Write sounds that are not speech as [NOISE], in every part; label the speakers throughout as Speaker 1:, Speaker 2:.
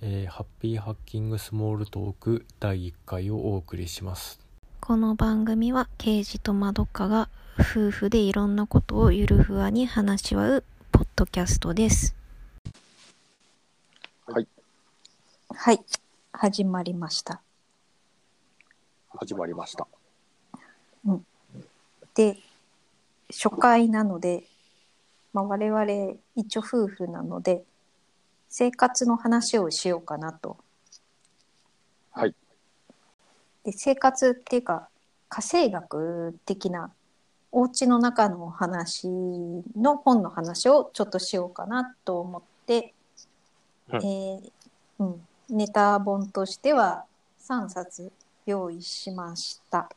Speaker 1: えーハッピーハッキングスモールトーク第1回をお送りします
Speaker 2: この番組は刑事とマドカが夫婦でいろんなことをゆるふわに話し合うポッドキャストです
Speaker 3: はい
Speaker 2: はい始まりました
Speaker 3: 始まりました。
Speaker 2: で初回なので、まあ、我々一応夫婦なので生活の話をしようかなと
Speaker 3: はい
Speaker 2: で生活っていうか家政学的なお家の中のお話の本の話をちょっとしようかなと思って、
Speaker 3: うん
Speaker 2: えーうん、ネタ本としては3冊用意しました、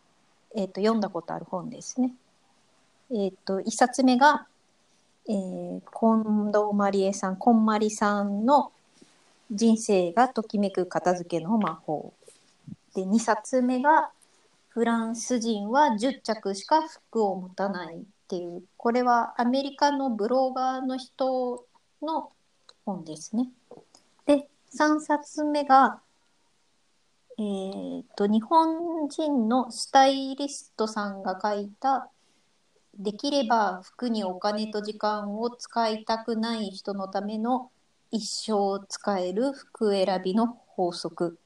Speaker 2: えー、と読んだことある本ですね。えっ、と1冊目が、えー近藤まりえさんこんまりさんの「人生がときめく片付けの魔法」で2冊目が「フランス人は10着しか服を持たない」っていうこれはアメリカのブロガーの人の本ですね。で3冊目がえー、と日本人のスタイリストさんが書いた「できれば服にお金と時間を使いたくない人のための一生使える服選びの法則」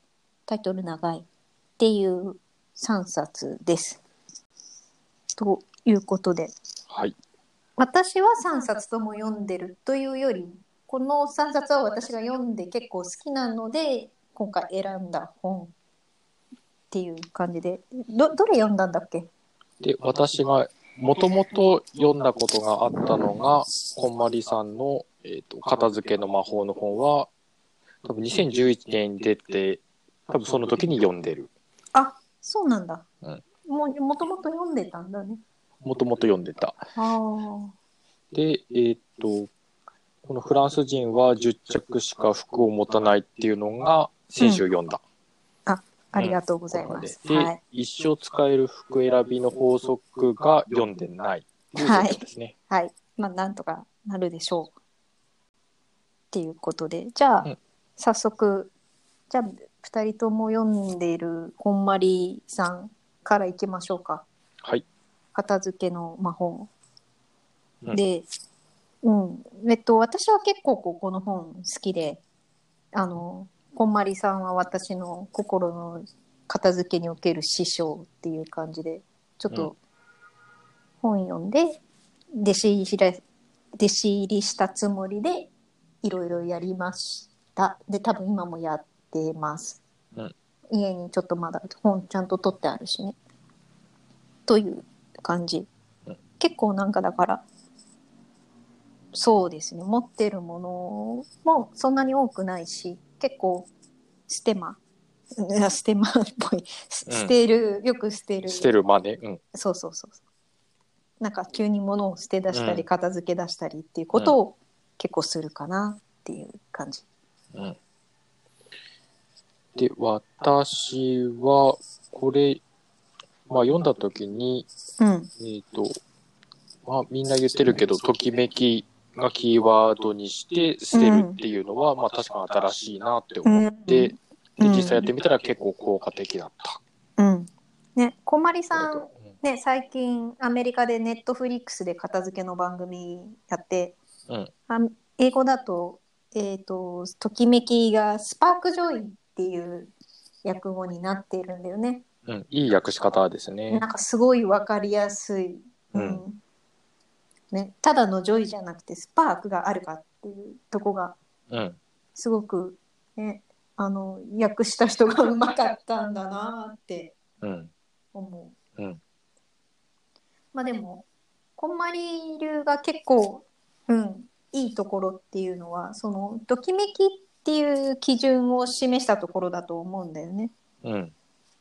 Speaker 2: タイトル長いっていう3冊です。ということで
Speaker 3: はい。
Speaker 2: 私は3冊とも読んでるというよりこの3冊は私が読んで結構好きなので今回選んだ本っていう感じでどどれ読んだんだっけ
Speaker 3: で、私がもともと読んだことがあったのが、こんまりさんの、えー、と片付けの魔法の本は、多分2011年に出て、多分その時に読んでる。
Speaker 2: あそうなんだ、
Speaker 3: うん
Speaker 2: もうもともと読んでたんだね
Speaker 3: もともと読んでた。
Speaker 2: あー
Speaker 3: で、えっ、と、このフランス人は10着しか服を持たないっていうのが、先週読んだ。
Speaker 2: ありがとうございます、
Speaker 3: で、
Speaker 2: はい、
Speaker 3: 一生使える服選びの法則が読んでないっていうことですね。
Speaker 2: はいまあなんとかなるでしょうっていうことでじゃあ、
Speaker 3: うん
Speaker 2: 早速じゃあ2人とも読んでいるこんまりさんからいきましょうか
Speaker 3: はい。
Speaker 2: 片付けの魔法、
Speaker 3: うん
Speaker 2: で、うんえっと、私は結構こうこの本好きであのこんまりさんは私の心の片付けにおける師匠っていう感じでちょっ
Speaker 3: うん
Speaker 2: と本読んで弟子入りしら弟子入りしたつもりでいろいろやりましたで多分今もやってます、
Speaker 3: うん
Speaker 2: 家にちょっとまだ本ちゃんと取ってあるしねという感じ
Speaker 3: うん
Speaker 2: 結構なんかだからそうですね持ってるものもそんなに多くないし結構ステマいやステマっぽいす
Speaker 3: うん
Speaker 2: 捨てる、よく捨て
Speaker 3: [LAUGHS]
Speaker 2: る
Speaker 3: 捨てるまで。うん。
Speaker 2: そうそうそうそうなんか急に物を捨て出した
Speaker 3: う
Speaker 2: り
Speaker 3: ん
Speaker 2: 片付け出したりっていうことを結構するかなっていう感じ、
Speaker 3: うんで、私は、これ、まあ読んだ時に、
Speaker 2: うん、
Speaker 3: えっ、と、まあみんな言ってるけど、ときめきがキーワードにして捨てるっていうのは、まあ確かに新しいなって思って、で、
Speaker 2: うん
Speaker 3: 実際やってみたら結構効果的だった。
Speaker 2: うん、ねこんまりさん
Speaker 3: うん
Speaker 2: ね、最近アメリカでネットフリックスで片付けの番組やって、
Speaker 3: うん
Speaker 2: あ英語だと,、えーと「ときめき」が「スパークジョイ」っていう訳語になっているんだよね。
Speaker 3: うん、いい訳し方ですね
Speaker 2: なん。かすごい分かりやすい、
Speaker 3: うん
Speaker 2: ね、ただのジョイじゃなくてスパークがあるかっていうとこが
Speaker 3: うん。
Speaker 2: すごく、ね、あの訳した人がうまかったんだなって
Speaker 3: うん。
Speaker 2: 思う。
Speaker 3: うん
Speaker 2: まあでも、こんまり流が結構、うん、いいところっていうのは、その、ときめきっていう基準を示したところだと思うんだよね。
Speaker 3: うん。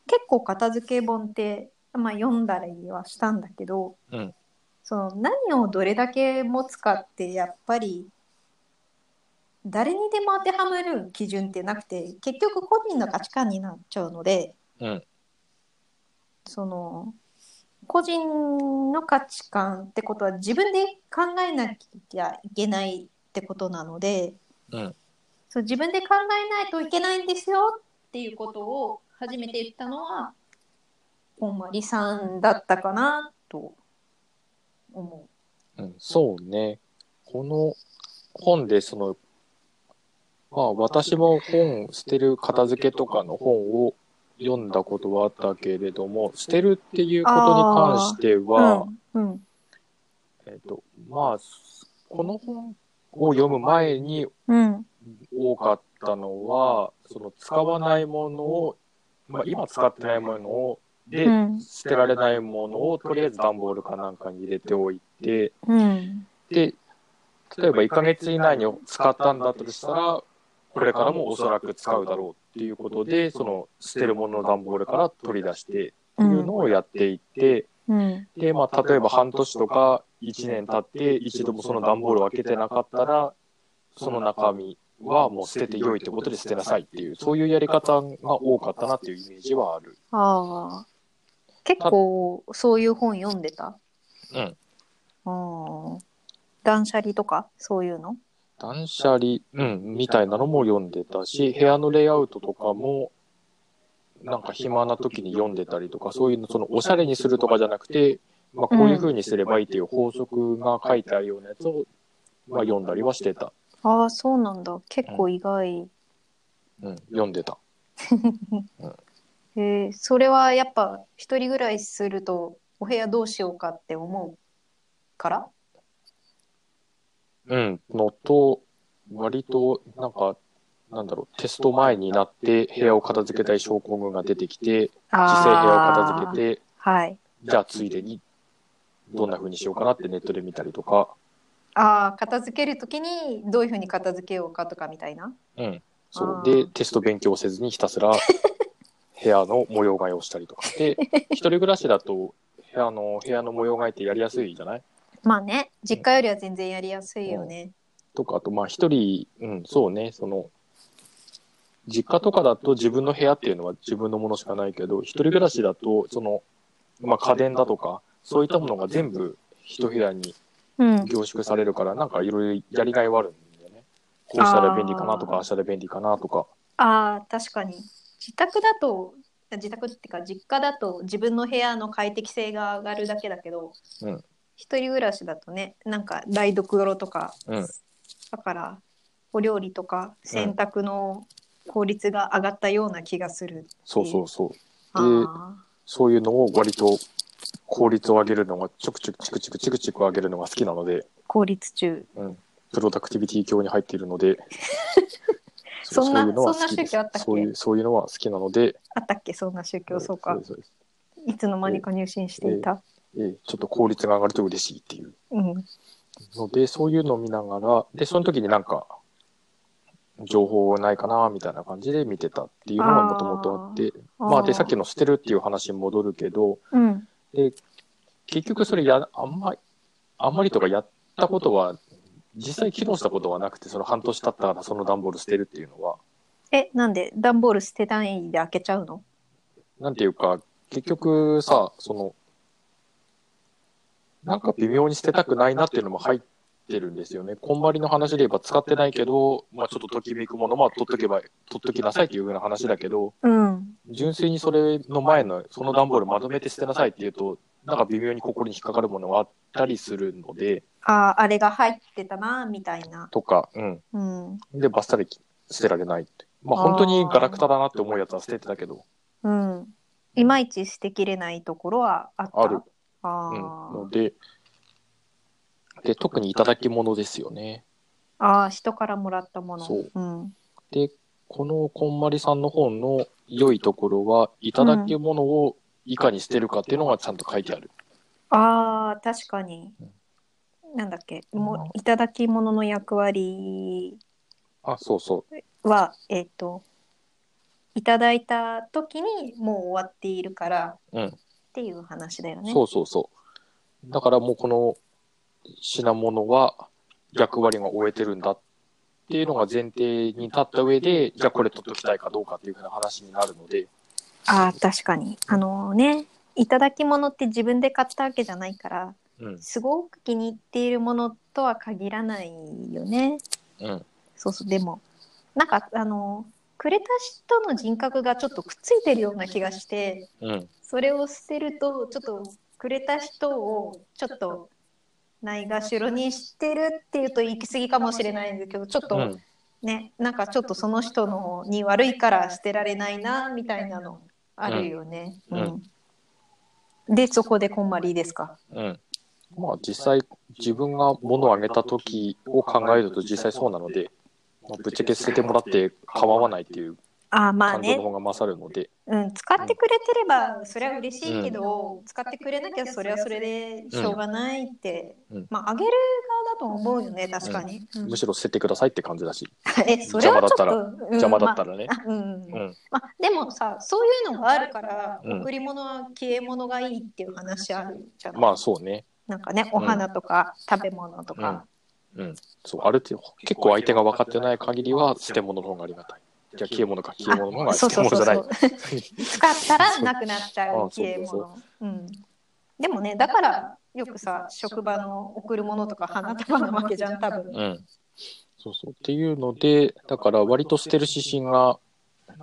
Speaker 2: 結構片付け本って、まあ読んだりはしたんだけど、
Speaker 3: うん
Speaker 2: その何をどれだけ持つかってやっぱり誰にでも当てはめる基準ってなくて結局個人の価値観になっちゃうので、
Speaker 3: うん。
Speaker 2: その個人の価値観ってことは自分で考えなきゃいけないってことなので、
Speaker 3: うん
Speaker 2: そそう自分で考えないといけないんですよっていうことを初めて言ったのは本間理さんだったかなと思
Speaker 3: うん、そうね。この本で、その、まあ私も本捨てる片付けとかの本を読んだことはあったけれども、捨てるっていうことに関して
Speaker 2: う。
Speaker 3: は、
Speaker 2: うんうん
Speaker 3: えっと、まあ、この本を読む前に
Speaker 2: うん
Speaker 3: 多かったのは、その使わないものを、まあ今使ってないものを、で
Speaker 2: う、ん
Speaker 3: 捨てられないものをとりあえず段ボールかなんかに入れておいて、
Speaker 2: うん
Speaker 3: で、例えば1ヶ月以内に使ったんだとしたら、これからもおそらく使うだろうっていうことで、その捨てるものの段ボールから取り出してっていうのをやっていって、
Speaker 2: うん
Speaker 3: で、まあ、例えば半年とか1年経って一度もその段ボールを開けてなかったら、その中身はもう捨てて良いってことで捨てなさいっていう、そういうやり方が多かったなっていうイメージはある。
Speaker 2: ああ結構そういう本読んでた
Speaker 3: うん。
Speaker 2: ああ断捨離とかそういうの
Speaker 3: 断捨離、うん、みたいなのも読んでたし、部屋のレイアウトとかも、なんか暇な時に読んでたりとか、そういうの、そのおしゃれにするとかじゃなくて、まあこういう風にすればいいっていう法則が書いてあるようなやつを、まあ読んだりはしてた。
Speaker 2: ああそうなんだ結構意外、
Speaker 3: うん、読んでた。
Speaker 2: えーそれはやっぱ一人暮らしするとお部屋どうしようかって思うから
Speaker 3: うん、のと、割と、なんか、なんだろう、テスト前になって部屋を片付けたい症候群が出てきて、実際部屋を片
Speaker 2: けて
Speaker 3: 付けて、
Speaker 2: はい
Speaker 3: じゃあついでに、どんな風にしようかなってネットで見たりとか、
Speaker 2: ああ片付ける時にどういうふうに片付けようかとかみたいな
Speaker 3: うん。
Speaker 2: あ
Speaker 3: そう。
Speaker 2: ー
Speaker 3: で、テスト勉強せずにひたす [LAUGHS] ら部屋の模様替えをしたりとか [LAUGHS] して、一人暮らしだと、部屋の、部屋の模様替えってやりやすいじゃない
Speaker 2: まあね実家よりは全然やりやすいよね、
Speaker 3: とか、あと、まあ一人、うん、そうね、その、実家とかだと自分の部屋っていうのは自分のものしかないけど、一人暮らしだと、その、まあ家電だとか、そういったものが全部一部屋に
Speaker 2: うん、
Speaker 3: 凝縮されるから、なんかいろいろやりがいはあるんだよね。こうしたら便利かなとか、あ
Speaker 2: あー
Speaker 3: あしたら便利かなとか。
Speaker 2: ああ確かに自宅だと自宅っていうか実家だと自分の部屋の快適性が上がるだけだけど、
Speaker 3: うん
Speaker 2: 一人暮らしだとねなんか台所とか、
Speaker 3: うん
Speaker 2: だからお料理とか洗濯の効率が上がったような気がする、
Speaker 3: そうそうそう。
Speaker 2: ああ
Speaker 3: そういうのを割と効率を上げるのが、ちょくちょくチクチクチクチク上げるのが好きなので、
Speaker 2: 効率中
Speaker 3: プロダクティビティ教に入っているの
Speaker 2: [LAUGHS]
Speaker 3: で、う
Speaker 2: そんな
Speaker 3: ういうのは好
Speaker 2: そ
Speaker 3: きで
Speaker 2: んな宗
Speaker 3: す
Speaker 2: 教あったっけ
Speaker 3: そういう、そういうのは好きなので、
Speaker 2: あったっけそんな宗教そうか
Speaker 3: ですそうです
Speaker 2: いつの間にか入信していた、
Speaker 3: えーちょっと効率が上がると嬉しいっていう
Speaker 2: うん
Speaker 3: ので、そういうのを見ながら、で、その時になんか、情報ないかな、みたいな感じで見てたっていうのがもともとあって、まあ、で、さっき
Speaker 2: の
Speaker 3: の捨てるっていう話に戻るけど、
Speaker 2: うん
Speaker 3: 結局それや、あんまり、あんまりとかやったことは、実際機能したことはなくて、その半年経ったからその段ボール捨てるっていうのは、
Speaker 2: えなんで段ボール捨て単位で開けちゃうの
Speaker 3: なんていうか、結局さ、その、なんか微妙に捨てたくないなっていうのも入ってるんですよね。こんまりの話で言えば使ってないけど、まあちょっとときめくものは取っとけば、取っときなさいっていうような話だけど、
Speaker 2: うん
Speaker 3: 純粋にそれの前の、その段ボールまとめて捨てなさいっていうと、なんか微妙に心に引っかかるものがあったりするので、
Speaker 2: あーあれが入ってたなみたいな、
Speaker 3: とか、うん。
Speaker 2: うん
Speaker 3: で、バッサリ捨てられないって。まあ
Speaker 2: あー
Speaker 3: 本当にガラクタだなって思うやつは捨ててたけど、
Speaker 2: うん、いまいち捨てきれないところはあった
Speaker 3: ある。
Speaker 2: あ
Speaker 3: うん。
Speaker 2: ー、
Speaker 3: ので、で、特にいただき物ですよね。
Speaker 2: あー人からもらったもの
Speaker 3: そう、
Speaker 2: うん、
Speaker 3: で、このこんまりさんの本の良いところは、いただき物をいかに捨てるかっていうのがちゃんと書いてある。
Speaker 2: あー確かになんだっけもいただき物の役割
Speaker 3: あ、そうそ
Speaker 2: はえっ、といただいた時にもう終わっているから、
Speaker 3: うん
Speaker 2: っていう話だよ
Speaker 3: う。
Speaker 2: ね
Speaker 3: そうそうそう。だからもうこの品物は役割が終えてるんだっていうのが前提に立った上で、じゃあこれ取っときたいかどうかっていうふうな話になるので、
Speaker 2: あー確かにあのねいただき物って自分で買ったわけじゃないから
Speaker 3: うん。
Speaker 2: すごく気に入っているものとは限らないよね
Speaker 3: うん。
Speaker 2: そうそうでもなんかあのくれた人の人格がちょっとくっついてるような気がして
Speaker 3: うん。
Speaker 2: それを捨てるとちょっとくれた人をちょっとないがしろにしてるっていうと行き過ぎかもしれないんですけどちょっ
Speaker 3: う
Speaker 2: と
Speaker 3: ん。
Speaker 2: ね、なんかちょっとその人のに悪いから捨てられないなみたいなのあるよね。
Speaker 3: うん
Speaker 2: うんでそこでこんまりですか。
Speaker 3: うん。まあ実際自分が物をあげた時を考えると実際そうなので、まあぶっちゃけ捨ててもらって構わないっていう
Speaker 2: あーまあ
Speaker 3: 感情の
Speaker 2: ね、
Speaker 3: 方が勝るので、
Speaker 2: うん、使ってくれてればそれは嬉しいけど、使ってくれなきゃそれはそれでしょうがないって、
Speaker 3: うん
Speaker 2: まああげる側だと思うよね確かに。うん
Speaker 3: むしろ捨ててくださいって感じだし、
Speaker 2: [LAUGHS] えそれはちょっと
Speaker 3: 邪魔だった
Speaker 2: ら。
Speaker 3: らね。
Speaker 2: あうん
Speaker 3: うん。
Speaker 2: まあ、でもさそういうのがあるから、
Speaker 3: うん
Speaker 2: 贈り物は消え物がいいっていう話あるじゃない
Speaker 3: まあそうね。
Speaker 2: なんかね、お花とか食べ物とか、
Speaker 3: うん。そう、ある程度、結構相手が分かってない限りは捨て物の方がありがたい。じゃあ消え物か、消え物の方が
Speaker 2: あそう
Speaker 3: 捨て
Speaker 2: そ
Speaker 3: 物
Speaker 2: うそ
Speaker 3: じ
Speaker 2: う
Speaker 3: ゃない
Speaker 2: そ。う使ったらなくなっちゃう
Speaker 3: そう
Speaker 2: 消
Speaker 3: [LAUGHS]
Speaker 2: え
Speaker 3: あそう
Speaker 2: 物、うん、でもねだからよくさ職場の贈るものとか花束なわけじゃん多分、
Speaker 3: うん。そうそう。っていうので、だから割と捨てる指針が、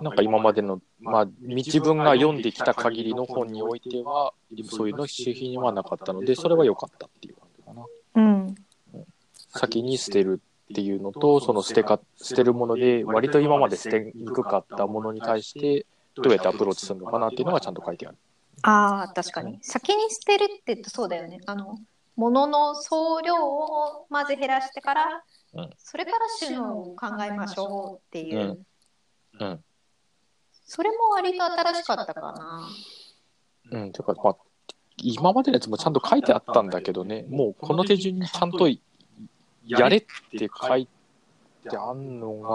Speaker 3: なんか今までの、まあ、自分が読んできた限りの本においては、そういうの指針はなかったので、それは良かったっていう感じかな。
Speaker 2: うん、
Speaker 3: 先に捨てるっていうのと、その捨てか、捨てるもので、割と今まで捨てにくかったものに対して、どうやってアプローチするのかなっていうのがちゃんと書いてある。
Speaker 2: あー確かに先に捨てるってそうだよねあの物の総量をまず減らしてから、
Speaker 3: うん
Speaker 2: それから種のを考えましょうってい
Speaker 3: う
Speaker 2: う、
Speaker 3: んうん
Speaker 2: それも割と新しかったかな
Speaker 3: うん、てか、まあ、今までのやつもちゃんと書いてあったんだけどね、もうこの手順にちゃんといやれって書いてあんのが、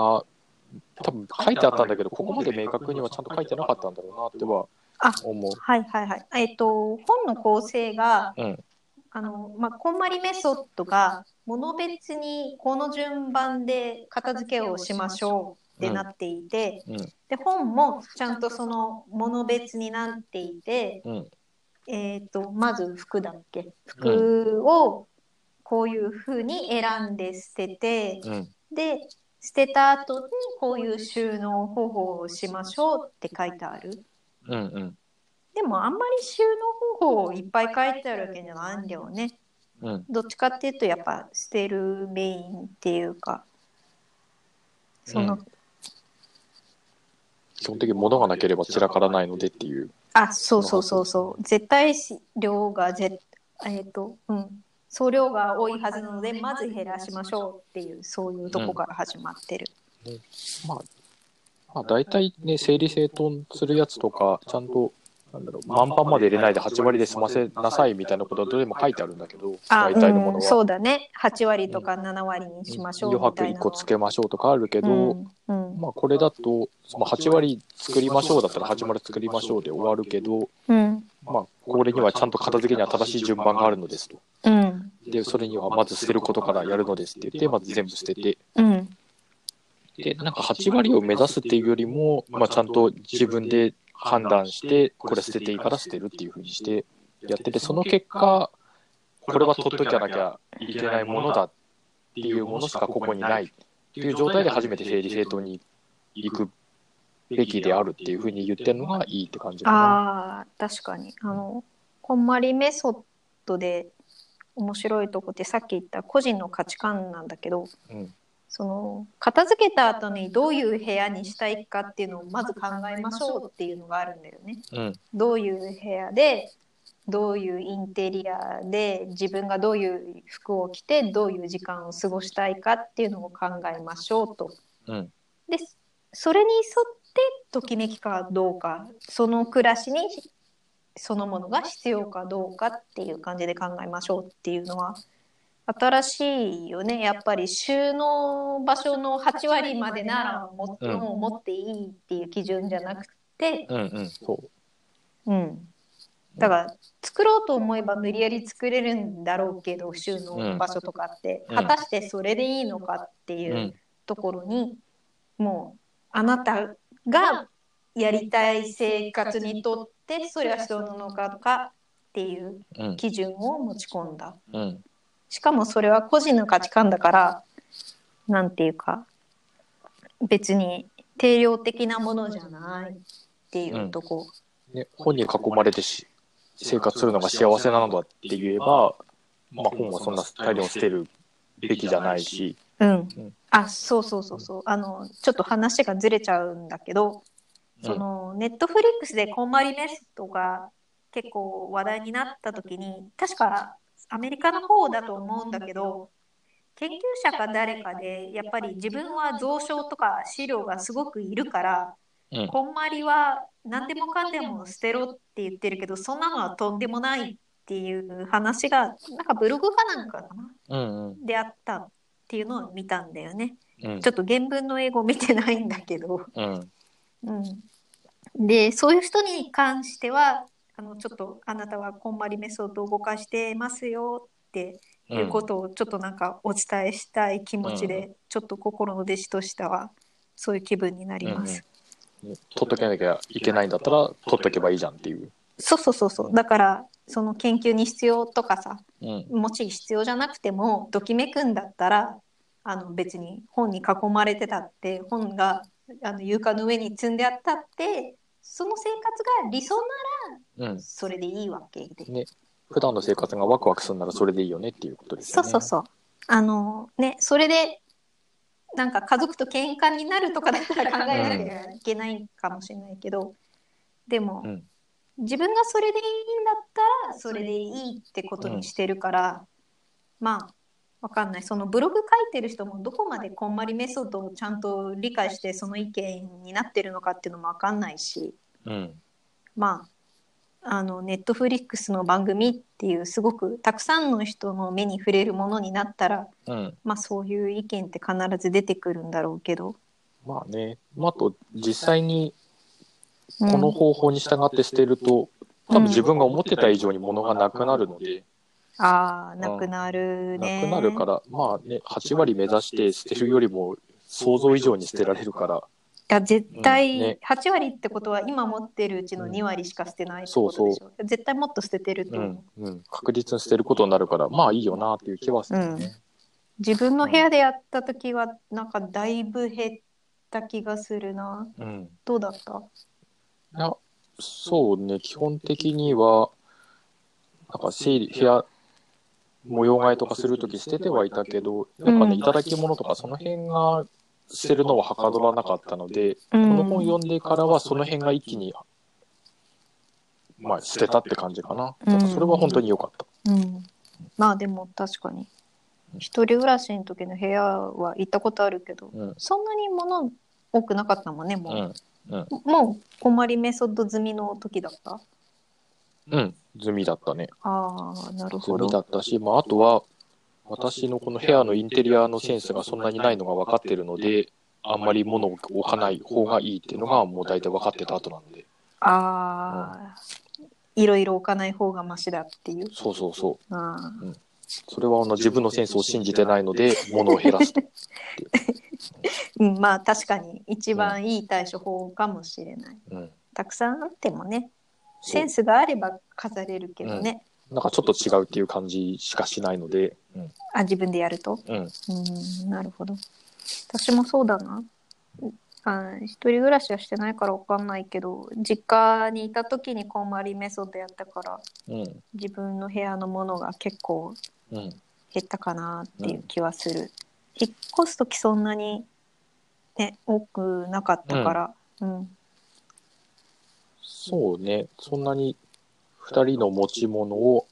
Speaker 3: 多分書いてあったんだけど、ここまで明確にはちゃんと書いてなかったんだろうなっては
Speaker 2: あ
Speaker 3: 思う。
Speaker 2: はいはいはい。えっ、と、本の構成が、
Speaker 3: うん
Speaker 2: あの、まあ、こんまりメソッドが、物別にこの順番で片付けをしましょうってなっていて、
Speaker 3: うんうん
Speaker 2: で、本もちゃんとその物別になっていて、
Speaker 3: うん、
Speaker 2: えっ、と、まず服だっけ服をこういうふうに選んで捨てて、
Speaker 3: うん、
Speaker 2: で、捨てた後にこういう収納方法をしましょうって書いてある。
Speaker 3: うん、うん、
Speaker 2: でもあんまり収納方法をいっぱい書いてあるわけじゃないんだよね。
Speaker 3: うん、
Speaker 2: どっちかっていうとやっぱ捨てるメインっていうかその、
Speaker 3: う基本的に物がなければ散らからないのでっていう。
Speaker 2: あそうそうそうそう絶対量がぜえっ、とうん総量が多いはずなのでまず減らしましょうっていうそういうとこから始まってる。
Speaker 3: まあ、大体ね、整理整頓するやつとか、ちゃんと、なんだろう、満帆まで入れないで8割で済ませなさいみたいなことはどれも書いてあるんだけど、
Speaker 2: あ
Speaker 3: 大体のも
Speaker 2: う
Speaker 3: の
Speaker 2: ん、
Speaker 3: は。
Speaker 2: そうだね8割とか7割にしましょう
Speaker 3: 余
Speaker 2: みた
Speaker 3: 白1
Speaker 2: いなの
Speaker 3: 個
Speaker 2: は。
Speaker 3: つけましょうとかあるけ
Speaker 2: う
Speaker 3: ど、
Speaker 2: んうん
Speaker 3: まあこれだと、まあ、8割作りましょうだったら8割作りましょうで終わるけど、
Speaker 2: うん
Speaker 3: まあこれにはちゃんと片付けには正しい順番があるのですと。
Speaker 2: うん
Speaker 3: で、それにはまず捨てることからやるのですって言って、まず全部捨てて、
Speaker 2: うん
Speaker 3: で、なんか8割を目指すっていうよりも、まあちゃんと自分で判断して、これ捨てていいから捨てるっていうふうにしてやってて、その結果、これは取っとかなきゃいけないものだっていうものしかここにないっていう状態で初めて整理整頓に行くべきであるっていうふうに言ってるのがいいって感じかな。
Speaker 2: あー確かにあのこんまりメソッドで面白いとこってさっき言った個人の価値観なんだけど、
Speaker 3: うん
Speaker 2: その片付けた後にどういう部屋にしたいかっていうのをまず考えましょうっていうのがあるんだよね。
Speaker 3: うん、
Speaker 2: どういう部屋でどういうインテリアで自分がどういう服を着てどういう時間を過ごしたいかっていうのを考えましょうと。
Speaker 3: うん、
Speaker 2: でそれに沿ってときめきかどうかその暮らしにそのものが必要かどうかっていう感じで考えましょうっていうのは新しいよねやっぱり収納場所の8割までならも,、
Speaker 3: うん
Speaker 2: もう持っていいっていう基準じゃなくて、
Speaker 3: うん、うん、そう。
Speaker 2: うん、だから作ろうと思えば無理やり作れるんだろうけど収納場所とかって、
Speaker 3: うん
Speaker 2: 果たしてそれでいいのかっていう。
Speaker 3: うん、
Speaker 2: ところにもうあなたがやりたい生活にとってそれは必要なのかとかっていう
Speaker 3: うん、
Speaker 2: 基準を持ち込んだ
Speaker 3: うん、
Speaker 2: しかもそれは個人の価値観だからなんていうか別に定量的なものじゃないっていうとこ、
Speaker 3: ね、本に囲まれてし生活するのが幸せなのだって言えば、まあ、本はそんな大量に捨てるべきじゃないし、
Speaker 2: うん、
Speaker 3: ん
Speaker 2: あそうそうそうそうあのちょっと話がずれちゃうんだけどそのネットフリックスでこんまりメストが結構話題になった時に確かアメリカの方だと思うんだけど研究者か誰かでやっぱり自分は蔵書とか資料がすごくいるから、
Speaker 3: うん
Speaker 2: こんまりは何でもかんでも捨てろって言ってるけどそんなのはとんでもないっていう話がなんかブログかなんかかな
Speaker 3: うんうん
Speaker 2: であったっていうのを見たんだよね。
Speaker 3: うん
Speaker 2: ちょっと原文の英語見てないんだけど。
Speaker 3: うん
Speaker 2: うん、でそういう人に関してはあのちょっとあなたはこんまりメソッドを動かしてますよって
Speaker 3: う
Speaker 2: いうんことをちょっとなんかお伝えしたい気持ちで、
Speaker 3: う
Speaker 2: ちょっと心の弟子としてはそういう気分になります。
Speaker 3: 取っとけなきゃいけないんだったら取っとけばいいじゃんっていう。
Speaker 2: そうそうそうそうだからその研究に必要とかさ
Speaker 3: うん
Speaker 2: もし必要じゃなくてもときめくんだったらあの別に本に囲まれてたって本があの床の上に積んであったってその生活が理想な
Speaker 3: うん、
Speaker 2: それでいいわけで。
Speaker 3: 普段の生活がワクワクするならそれでいいよねっていうことです
Speaker 2: そ
Speaker 3: よ
Speaker 2: う
Speaker 3: ね。
Speaker 2: そうそう。あのね、それで、なんか家族と喧嘩になるとかだったら考えなきゃいけないかもしれないけど、でも、
Speaker 3: うん
Speaker 2: 自分がそれでいいんだったら、それでいいってことにしてるから、まあ、わかんない。そのブログ書いてる人もどこまでこんまりメソッドをちゃんと理解して、その意見になってるのかっていうのもわかんないし、
Speaker 3: うん
Speaker 2: まあ、あのネットフリックスの番組っていうすごくたくさんの人の目に触れるものになったら、
Speaker 3: うん、
Speaker 2: まあ、そういう意見って必ず出てくるんだろうけど、
Speaker 3: まあね、まあ、あと実際に
Speaker 2: うん
Speaker 3: この方法に従って捨てると、多分自分が思ってた以上に物がなくなるので、
Speaker 2: ああなくなる
Speaker 3: な
Speaker 2: ね
Speaker 3: くなるから
Speaker 2: い
Speaker 3: ら、まあね、8割目指して捨てるよりも想像以上に捨てられるから、
Speaker 2: や絶
Speaker 3: うん
Speaker 2: 対
Speaker 3: ね
Speaker 2: 8割ってことは今持ってるうちの2割しか捨てないって
Speaker 3: そ
Speaker 2: こ
Speaker 3: う
Speaker 2: と
Speaker 3: そう
Speaker 2: でしょ、絶対もっと捨ててると
Speaker 3: う
Speaker 2: 思う、
Speaker 3: んうん、確実に捨てることになるから、まあいいよなっていう気はするね。
Speaker 2: 自分の部屋でやった時はなんかだいぶ減った気がするな
Speaker 3: うん
Speaker 2: どうだった
Speaker 3: いや、そうね、基本的には、なんか整理、部屋、模様替えとかするとき捨ててはいたけど、なんかね、
Speaker 2: うん
Speaker 3: いただき物とかその辺が捨てるのははかどらなかったので、
Speaker 2: うん
Speaker 3: この本読んでからはその辺が一気に、まあ捨てたって感じかな。
Speaker 2: うん
Speaker 3: だからそれは本当に良かった。
Speaker 2: うん、まあでも確かに一人暮らしの時の部屋は行ったことあるけど
Speaker 3: うん。
Speaker 2: そんなに物多くなかったもんねも
Speaker 3: うん。
Speaker 2: う、もう困りメソッド済みの時だった
Speaker 3: うん。済みだったね。
Speaker 2: ああなる
Speaker 3: 済
Speaker 2: ほ
Speaker 3: み
Speaker 2: ど
Speaker 3: だったし、まああとは、私のこの部屋のインテリアのセンスがそんなにないのが分かってるので、あんまり物を置かない方がいいっていうのがもう大体分かってた後なんで。
Speaker 2: ああいろいろ置かない方がマシだっていう
Speaker 3: そうそうそう。
Speaker 2: あー
Speaker 3: それはあの自分のセンスを信じてないので、物を減らす。
Speaker 2: うんまあ確かに一番いい対処法かもしれない
Speaker 3: うん。
Speaker 2: たくさんあってもね
Speaker 3: そう
Speaker 2: センスがあれば飾れるけどね、
Speaker 3: なんかちょっと違うっていう感じしかしないので、うん。
Speaker 2: あ自分でやると
Speaker 3: うん。
Speaker 2: うんなるほど。私もそうだな。あ一人暮らしはしてないからわかんないけど実家にいた時にこんまりメソッドやったから
Speaker 3: うん。
Speaker 2: 自分の部屋のものが結構
Speaker 3: うん。
Speaker 2: 減ったかなっていう気はする、引っ越す時そんなに、ね、多くなかったから、うん
Speaker 3: そうね。そんなに二人の持ち物を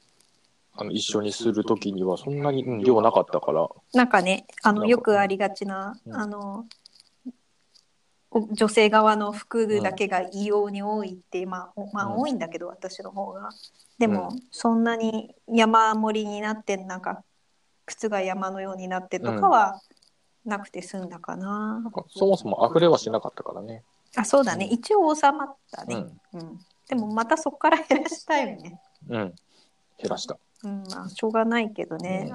Speaker 3: あの一緒にするときにはそんなに、うん、量なかったから、
Speaker 2: なんかねあ
Speaker 3: なん
Speaker 2: の
Speaker 3: か
Speaker 2: よくありがちな、
Speaker 3: うん
Speaker 2: あのお女性側の服だけが異様に多いって、まあ、おまあ
Speaker 3: うん
Speaker 2: 多いんだけど、私の方がでも、そんなに山盛りになってなんか靴が山のようになってとかはなくて済んだかな、
Speaker 3: なんかそもそも溢れはしなかったからね。
Speaker 2: あそうだね
Speaker 3: うん
Speaker 2: 一応収まった
Speaker 3: う
Speaker 2: ね、
Speaker 3: ん。
Speaker 2: うんでもまたそこから減らしたいよね、
Speaker 3: うん。減らした。
Speaker 2: うんまあ、しょうがないけどね、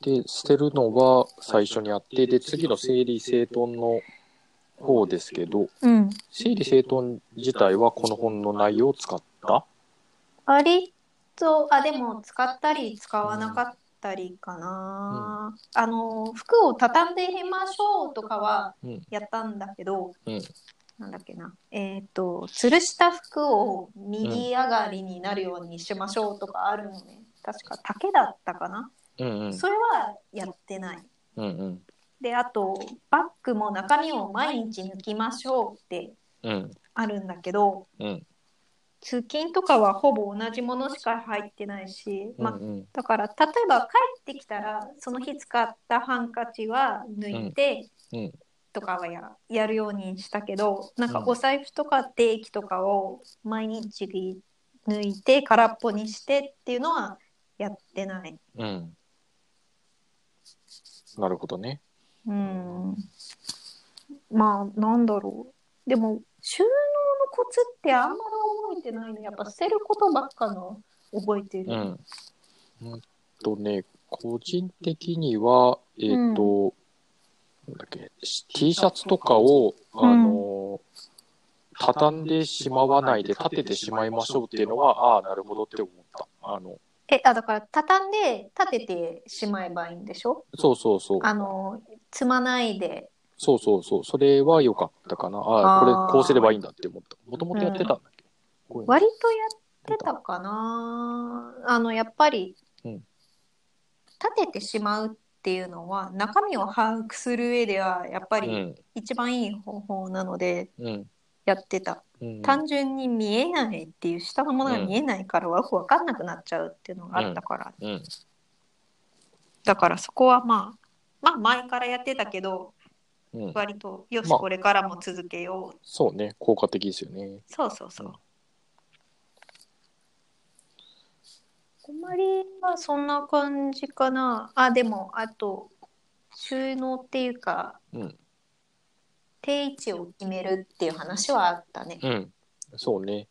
Speaker 3: で、捨てるのは最初にあって、で、次の整理整頓の方ですけど、
Speaker 2: うん、
Speaker 3: 整理整頓自体はこの本の内容を使った
Speaker 2: 割とあでも使ったり使わなかったりかな、あの服を畳んでみましょうとかは
Speaker 3: うん
Speaker 2: やったんだけど、
Speaker 3: うん
Speaker 2: なんだっけなえっ、と吊るした服を右上がりになるようにしましょうとかあるのね確か竹だったかな、
Speaker 3: うんうん
Speaker 2: それはやってない
Speaker 3: うんうん
Speaker 2: であとバッグも中身を毎日抜きましょうって
Speaker 3: うん
Speaker 2: あるんだけど
Speaker 3: うん
Speaker 2: 通勤とかはほぼ同じものしか入ってないし、
Speaker 3: うんう
Speaker 2: まあ、
Speaker 3: ん
Speaker 2: だから例えば帰ってきたらその日使ったハンカチは抜いて
Speaker 3: うんうん
Speaker 2: とかはややるようにしたけどなん
Speaker 3: う
Speaker 2: か
Speaker 3: ん
Speaker 2: お財布とか定期とかを毎日抜いて空っぽにしてっていうのはやってない。
Speaker 3: うんなるほどね
Speaker 2: うん、まあなんだろうでも収納のコツってあんまり覚えてないねやっぱ捨てることばっかの覚えてる。
Speaker 3: うんうんとね個人的にはえっ、と、なんだっけ T シャツとかをあの、畳んでしまわないで立ててしまいましょうっていうのはああなるほどって思ったあの
Speaker 2: えあだから畳んで立ててしまえばいいんでしょ
Speaker 3: そうそうそう
Speaker 2: あの積まないで
Speaker 3: そうそうそう、それは良かったかな。ああ、これ
Speaker 2: あー
Speaker 3: こうすればいいんだって思った。もともとやってたんだっけ、こういうの
Speaker 2: 割とやってたかなあのやっぱり
Speaker 3: うん
Speaker 2: 立ててしまうっていうのは中身を把握する上ではやっぱり一番いい方法なので
Speaker 3: うん、うん、
Speaker 2: やってた、
Speaker 3: うん。
Speaker 2: 単純に見えないっていう下のものが見えないからよく分かんなくなっちゃうっていうのがあったから、
Speaker 3: うん、
Speaker 2: だからそこはまあまあ前からやってたけど
Speaker 3: うん。
Speaker 2: 割とよし
Speaker 3: まあ
Speaker 2: これからも続けよう
Speaker 3: そうね、効果的ですよね。。
Speaker 2: そうそうそううん困りはそんな感じかな。あ、でも、あと、収納っていうか、
Speaker 3: うん
Speaker 2: 定位置を決めるっていう話はあったね。
Speaker 3: うん。そうね。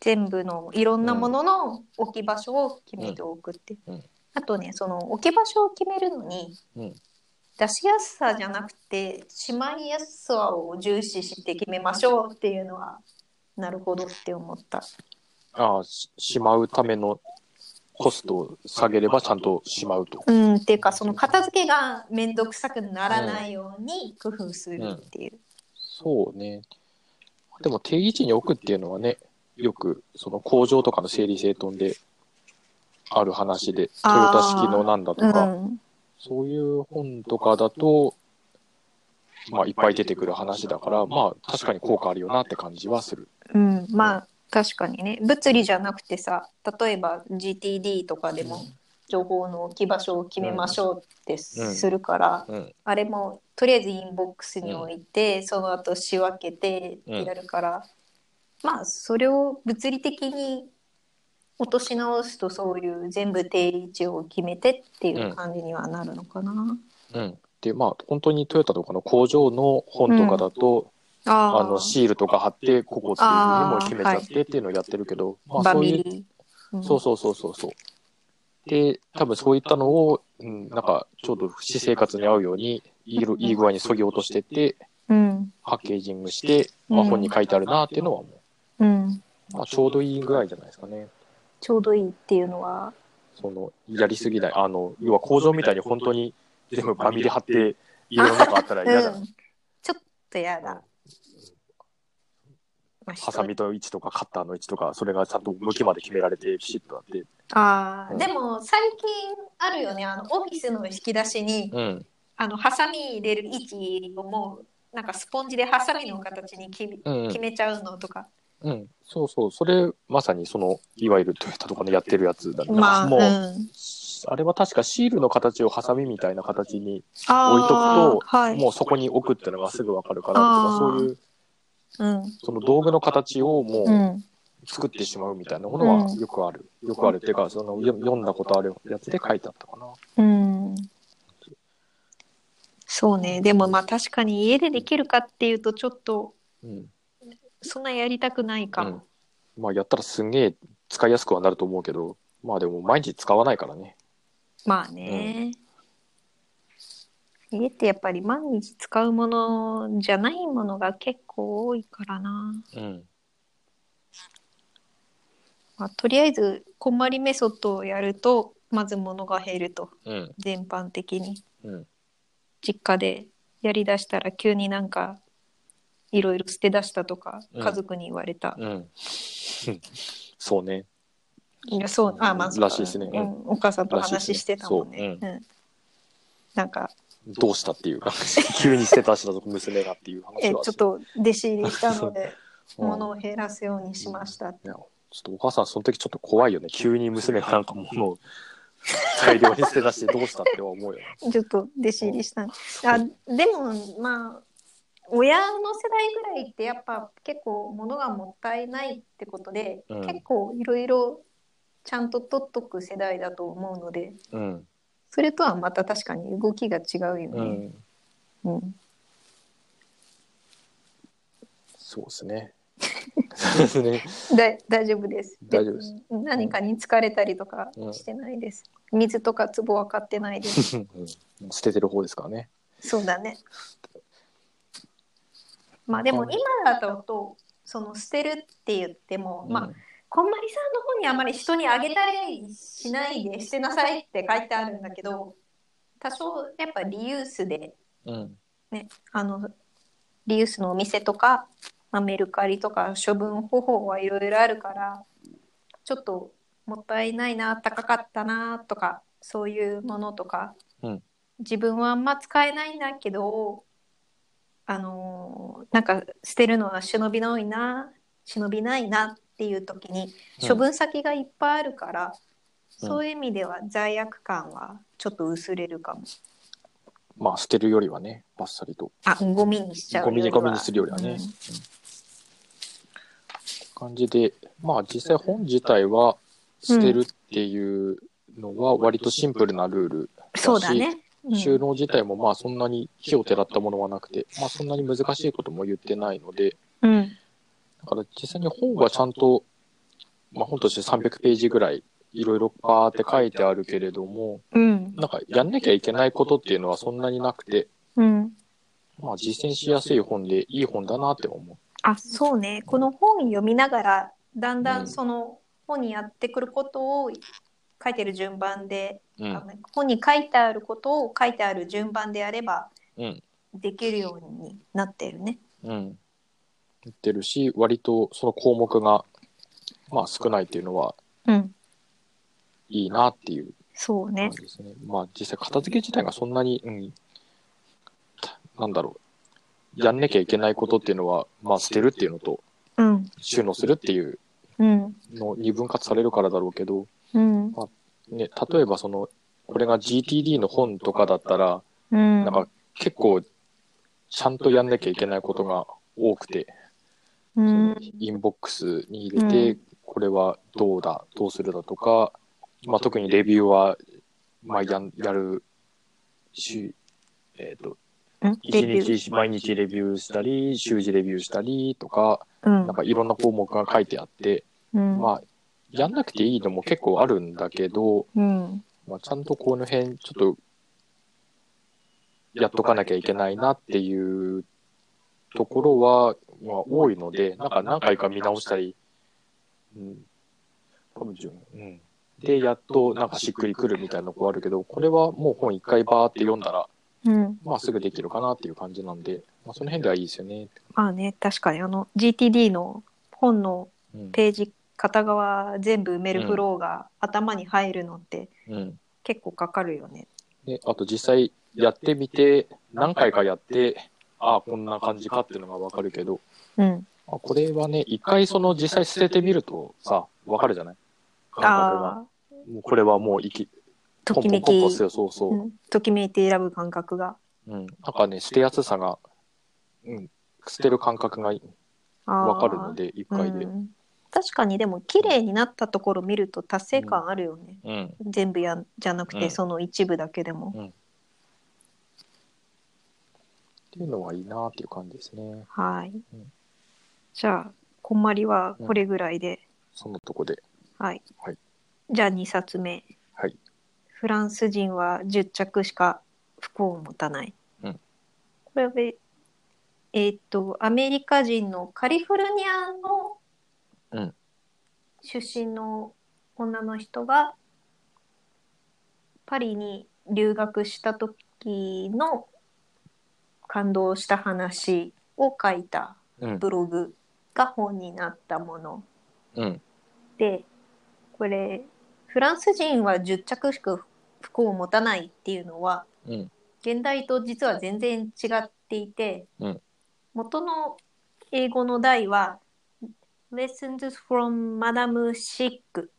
Speaker 2: 全部のいろんなものの置き場所を決めておくって。
Speaker 3: うんうん
Speaker 2: あとね、その置き場所を決めるのに、
Speaker 3: うん
Speaker 2: 出しやすさじゃなくて、しまいやすさを重視して決めましょうっていうのは、なるほどって思った。
Speaker 3: ああ、ししまうためのコストを下げればちゃんとしまうと。
Speaker 2: うん、っていうかその片付けが面倒くさくならないように工夫するっていう。
Speaker 3: そうね。でも定位置に置くっていうのはね、よくその工場とかの整理整頓である話で、トヨタ式のなんだと
Speaker 2: うん
Speaker 3: か、そういう本とかだと、まあ、いっぱい出てくる話だから、まあ、確かに効果あるよなって感じはする。
Speaker 2: うんまあ確かにね物理じゃなくてさ例えば GTD とかでも情報の置き場所を決めましょうってするから、
Speaker 3: うん、
Speaker 2: あれもとりあえずインボックスに置いて、その後仕分けてってやるから、まあそれを物理的に落とし直すとそういう全部定位置を決めてっていう感じにはなるのかな。
Speaker 3: うん。で、まあ、本当にトヨタとかの工場の本とかだと、
Speaker 2: あー
Speaker 3: あの、シールとか貼って、ここっていうのにも決めちゃってっていうのをやってるけど、まあ、
Speaker 2: バ
Speaker 3: そう
Speaker 2: ミ
Speaker 3: いう、
Speaker 2: リー。
Speaker 3: そうそうそうそうそう。で、多分そういったのを、うん、なんか、ちょうど私生活に合うように、いいろいい具合に削ぎ落としてって、
Speaker 2: うん。
Speaker 3: パッケージングして、まあ、本に書いてあるなっていうのはも
Speaker 2: うん。
Speaker 3: う、まあ、ちょうどいい具合じゃないですかね。
Speaker 2: ちょうどいいっていうのは。
Speaker 3: そのやりすぎない、あの要は工場みたいに本当に全部バミリ貼って、家の中あったら嫌だ、
Speaker 2: うん。ちょっとやだ。まあ
Speaker 3: ハサミと位置とかカッターの位置とか、それがちゃんと向きまで決められて、ピシッとなって、
Speaker 2: ああ、でも最近あるよね。あの、オフィスの引き出しに、
Speaker 3: うん、
Speaker 2: あの、ハサミ入れる位置をもう、なんかスポンジでハサミの形にき
Speaker 3: うん
Speaker 2: 決、めちゃうのとか。
Speaker 3: うん、そうそう、それ、まさにその、いわゆるトヨタとかのやってるやつだね。
Speaker 2: まあ、
Speaker 3: もう、
Speaker 2: うん
Speaker 3: あれは確かシールの形をハサミみたいな形に、
Speaker 2: あー
Speaker 3: 置いとくと
Speaker 2: はい。
Speaker 3: もうそこに置くってのがすぐわかるからとか、
Speaker 2: あー
Speaker 3: そういう、
Speaker 2: うん。
Speaker 3: その道具の形をもう、
Speaker 2: うん。
Speaker 3: 作ってしまうみたいなものは
Speaker 2: うん
Speaker 3: よくある。よくあるっていうか、そのよ読んだことあるやつで書いてあったかな。
Speaker 2: うんそうね。でもまあ確かに家でできるかっていうとちょっと
Speaker 3: うん。
Speaker 2: そんなやりたくないかも。
Speaker 3: まあやったらすんげえ使いやすくはなると思うけど、まあでも毎日使わないからね。
Speaker 2: まあね。家ってやっぱり毎日使うものじゃないものが結構多いからな。
Speaker 3: うん。
Speaker 2: まあ、とりあえずこんまりメソッドをやるとまず物が減ると
Speaker 3: うん。
Speaker 2: 全般的に
Speaker 3: うん。
Speaker 2: 実家でやりだしたら急になんかいろいろ捨て出したとか
Speaker 3: うん
Speaker 2: 家族に言われた、
Speaker 3: うん。そうね。
Speaker 2: いやそうあまあそうだ
Speaker 3: らしいですね
Speaker 2: う
Speaker 3: うん
Speaker 2: ん、お母さんと
Speaker 3: らしい
Speaker 2: 話
Speaker 3: ですね
Speaker 2: してたもんね
Speaker 3: そう
Speaker 2: うんなんか
Speaker 3: どうしたっていうか、 [LAUGHS] 急に捨てたしだと娘がっていう話
Speaker 2: えち
Speaker 3: は
Speaker 2: ょっと弟子入りしたので
Speaker 3: うん
Speaker 2: 物を減らすようにしましたっ
Speaker 3: い
Speaker 2: て
Speaker 3: やちょっとお母さん、その時ちょっと怖いよね。 [LAUGHS] 急に娘がなんか [LAUGHS] 物を大量に捨て出してどうしたって思うよね。
Speaker 2: ちょっと弟子入りしたんあでもまあ親の世代ぐらいってやっぱ結構物がもったいないってことで、
Speaker 3: うん
Speaker 2: 結構いろいろちゃんと取っとく世代だと思うので
Speaker 3: うん。
Speaker 2: それとはまた確かに動きが違うよ
Speaker 3: う
Speaker 2: ね。
Speaker 3: ん。
Speaker 2: うん
Speaker 3: そうですね。そうですね。
Speaker 2: だ大丈夫です。
Speaker 3: 大丈夫です
Speaker 2: 別に何かに疲れたりとかしてないです。水とか壺は買ってないで
Speaker 3: [LAUGHS]
Speaker 2: す。
Speaker 3: うん捨ててる方ですからね。
Speaker 2: そうだね。まあでも今だとその捨てるって言っても、まあこんまりさんの方にあまり人にあげたりしないで捨てなさいって書いてあるんだけど多少やっぱリユースで
Speaker 3: うん。うん。
Speaker 2: あのリユースのお店とか、まあ、メルカリとか処分方法はいろいろあるからちょっともったいないな高かったなとかそういうものとか、
Speaker 3: うん
Speaker 2: 自分はあんま使えないんだけどあのーなんか捨てるのは忍びないな忍びないなっていう時に
Speaker 3: うん
Speaker 2: 処分先がいっぱいあるから、
Speaker 3: うん
Speaker 2: そういう意味では罪悪感はちょっと薄れるかも。
Speaker 3: まあ、捨てるよりはね、バッサリと。
Speaker 2: あゴミにしちゃう
Speaker 3: ゴミに
Speaker 2: よりは
Speaker 3: ゴミにするよりはね。
Speaker 2: うん
Speaker 3: うん感じで、まあ実際本自体は捨てるっていうのは割とシンプルなルールだし、
Speaker 2: そうだね。うん
Speaker 3: 収納自体もまあそんなに火をてらったものはなくて、まあそんなに難しいことも言ってないので、
Speaker 2: うん。
Speaker 3: だから実際に本はちゃんと、まあ本として300ページぐらいいろいろバーって書いてあるけれども、
Speaker 2: うん。
Speaker 3: なんかやんなきゃいけないことっていうのはそんなになくて、
Speaker 2: うん。
Speaker 3: まあ実践しやすい本でいい本だなって思う。
Speaker 2: あ、そうね。この本読みながら、だんだんその本にやってくることを書いてる順番で、
Speaker 3: うん
Speaker 2: あ。の本に書いてあることを書いてある順番でやれば
Speaker 3: うん。
Speaker 2: できるようになってるね。
Speaker 3: うん。言ってるし、割とその項目が、まあ少ないっていうのは
Speaker 2: うん。
Speaker 3: いいなっていう
Speaker 2: そう
Speaker 3: 感
Speaker 2: ね。
Speaker 3: じですね。まあ実際片付け自体がそんなに、うん、なんだろう。やんなきゃいけないことっていうのは、まあ捨てるっていうのと
Speaker 2: うん。
Speaker 3: 収納するっていう
Speaker 2: うん。
Speaker 3: のに分割されるからだろうけど、
Speaker 2: うん。
Speaker 3: ね、例えばその、これが GTD の本とかだったら、
Speaker 2: うん。
Speaker 3: なんか結構ちゃんとやんなきゃいけないことが多くて、
Speaker 2: うん。
Speaker 3: インボックスに入れて、
Speaker 2: う
Speaker 3: これはどうだ、どうするだとか、まあ、特にレビューは、まあ、やんやるし、えっ、と、
Speaker 2: うんレビュー
Speaker 3: 1日、毎日レビューしたり、週次レビューしたりとか、
Speaker 2: うん
Speaker 3: なんかいろんな項目が書いてあって、
Speaker 2: うん。
Speaker 3: まあ、やんなくていいのも結構あるんだけど、
Speaker 2: うん。
Speaker 3: まあ、ちゃんとこの辺、ちょっと、やっとかなきゃいけないなっていうところは、まあ、多いので、なんか何回か見直したり、うん、多分順うん。で、やっとなんかしっくりくるみたいなのがあるけど、これはもう本一回バーって読んだら、
Speaker 2: うん。
Speaker 3: まあすぐできるかなっていう感じなんで、まあその辺ではいいですよね。
Speaker 2: まあね、確かにあの GTD の本の
Speaker 3: うん。
Speaker 2: ページ片側全部埋めるフローが頭に入るのって、
Speaker 3: うん。
Speaker 2: 結構かかるよね。
Speaker 3: で、あと実際やってみて、何回かやって、ああ、こんな感じかっていうのがわかるけど、
Speaker 2: うん。
Speaker 3: あこれはね、一回その実際捨ててみるとさ、わかるじゃない感覚が。
Speaker 2: ああ、
Speaker 3: もうこれはもういき、
Speaker 2: と
Speaker 3: ポン
Speaker 2: き
Speaker 3: ポ
Speaker 2: め
Speaker 3: ンポン
Speaker 2: き
Speaker 3: ポン、捨てよう、そうそうう。
Speaker 2: んときめいて選ぶ感覚が。
Speaker 3: うん。なんかね、捨てやすさが、うん、捨てる感覚がわ
Speaker 2: わ
Speaker 3: かるので、一回で。
Speaker 2: 確かにでも綺麗になったところ見ると達成感あるよね。
Speaker 3: うん。
Speaker 2: 全部やんじゃなく
Speaker 3: う
Speaker 2: て
Speaker 3: ん
Speaker 2: その一部だけでも。
Speaker 3: っていうのはいいなっていう感じですね。
Speaker 2: はい
Speaker 3: うん。
Speaker 2: じゃあ、こんまりはこれぐらいで。
Speaker 3: そのとこで。
Speaker 2: はい
Speaker 3: はい。
Speaker 2: じゃあ2冊目。
Speaker 3: はい。
Speaker 2: フランス人は10着しか服を持たない。
Speaker 3: うん
Speaker 2: これはええーっとアメリカ人のカリフォルニア
Speaker 3: う
Speaker 2: の
Speaker 3: ん
Speaker 2: 出身の女の人が、パリに留学した時の感動した話を書いた
Speaker 3: うん。
Speaker 2: ブログが本になったもの
Speaker 3: うん。
Speaker 2: でこれフランス人は10着しか服を持たないっていうのは
Speaker 3: うん。
Speaker 2: 現代と実は全然違っていて、
Speaker 3: うん
Speaker 2: 元の英語の題は「Lessons from Madame Chic」っ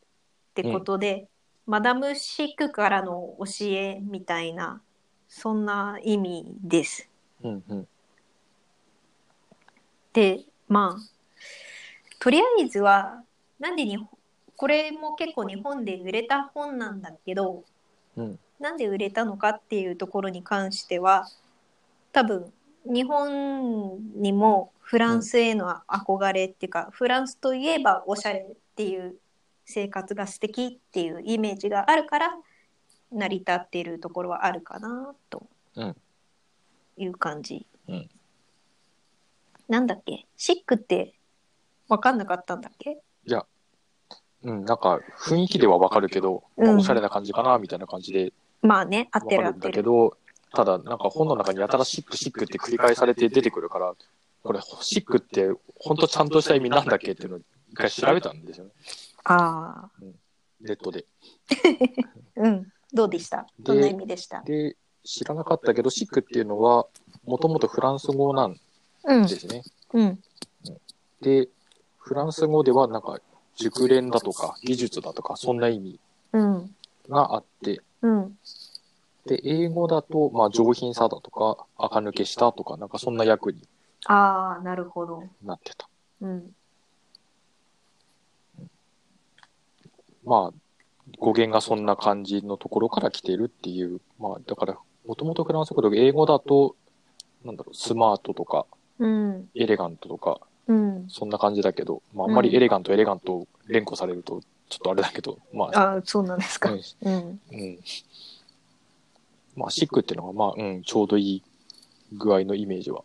Speaker 2: てことで、マダム・シックからの教えみたいなそんな意味です。
Speaker 3: うん。うん。
Speaker 2: でまあとりあえずはなんで日本これも結構日本で売れた本なんだけど、
Speaker 3: うん
Speaker 2: なんで売れたのかっていうところに関しては多分日本にもフランスへの憧れっていうか、フランスといえばおしゃれっていう生活が素敵っていうイメージがあるから成り立っているところはあるかなと
Speaker 3: うん
Speaker 2: いう感じ。
Speaker 3: うん
Speaker 2: なんだっけシックって分かんなかったんだっけ
Speaker 3: うん、なんか雰囲気ではわかるけど、まあ
Speaker 2: うん
Speaker 3: おしゃれな感じかなみたいな感じで
Speaker 2: まあね合
Speaker 3: わ
Speaker 2: っ
Speaker 3: か
Speaker 2: てる合
Speaker 3: るん
Speaker 2: って
Speaker 3: だ
Speaker 2: る
Speaker 3: け。ど、ただなんか本の中にやたらシックシックって繰り返されて出てくるから、これシックって本当ちゃんとした意味なんだっけっていうのを一回調べたんですよね。
Speaker 2: ああ、
Speaker 3: ネットで。
Speaker 2: うん。どうでした
Speaker 3: で
Speaker 2: どんな意味でした
Speaker 3: で、知らなかったけど、シックっていうのはもともとフランス語なん
Speaker 2: うん
Speaker 3: で。すね。
Speaker 2: うん。
Speaker 3: で、フランス語ではなんか熟練だとか技術だとかそんな意味
Speaker 2: うん。
Speaker 3: があって、
Speaker 2: うん。
Speaker 3: で、英語だと、まあ、上品さだとか、垢抜けしたとか、なんかそんな役に
Speaker 2: ああ、なるほど。
Speaker 3: なってた。
Speaker 2: うん。
Speaker 3: まあ、語源がそんな感じのところから来てるっていう、まあ、だから、もともとフランス語で英語だと、なんだろう、スマートとか、
Speaker 2: うん。
Speaker 3: エレガントとか、
Speaker 2: うん。
Speaker 3: そんな感じだけど、まあ、あんまりエレガント、エレガントを連呼されると、ちょっとあれだけど、まあ、
Speaker 2: ああ、そうなんですか。うん。
Speaker 3: うん。うんまあ、シックっていうのが、まあ、うん、ちょうどいい具合のイメージは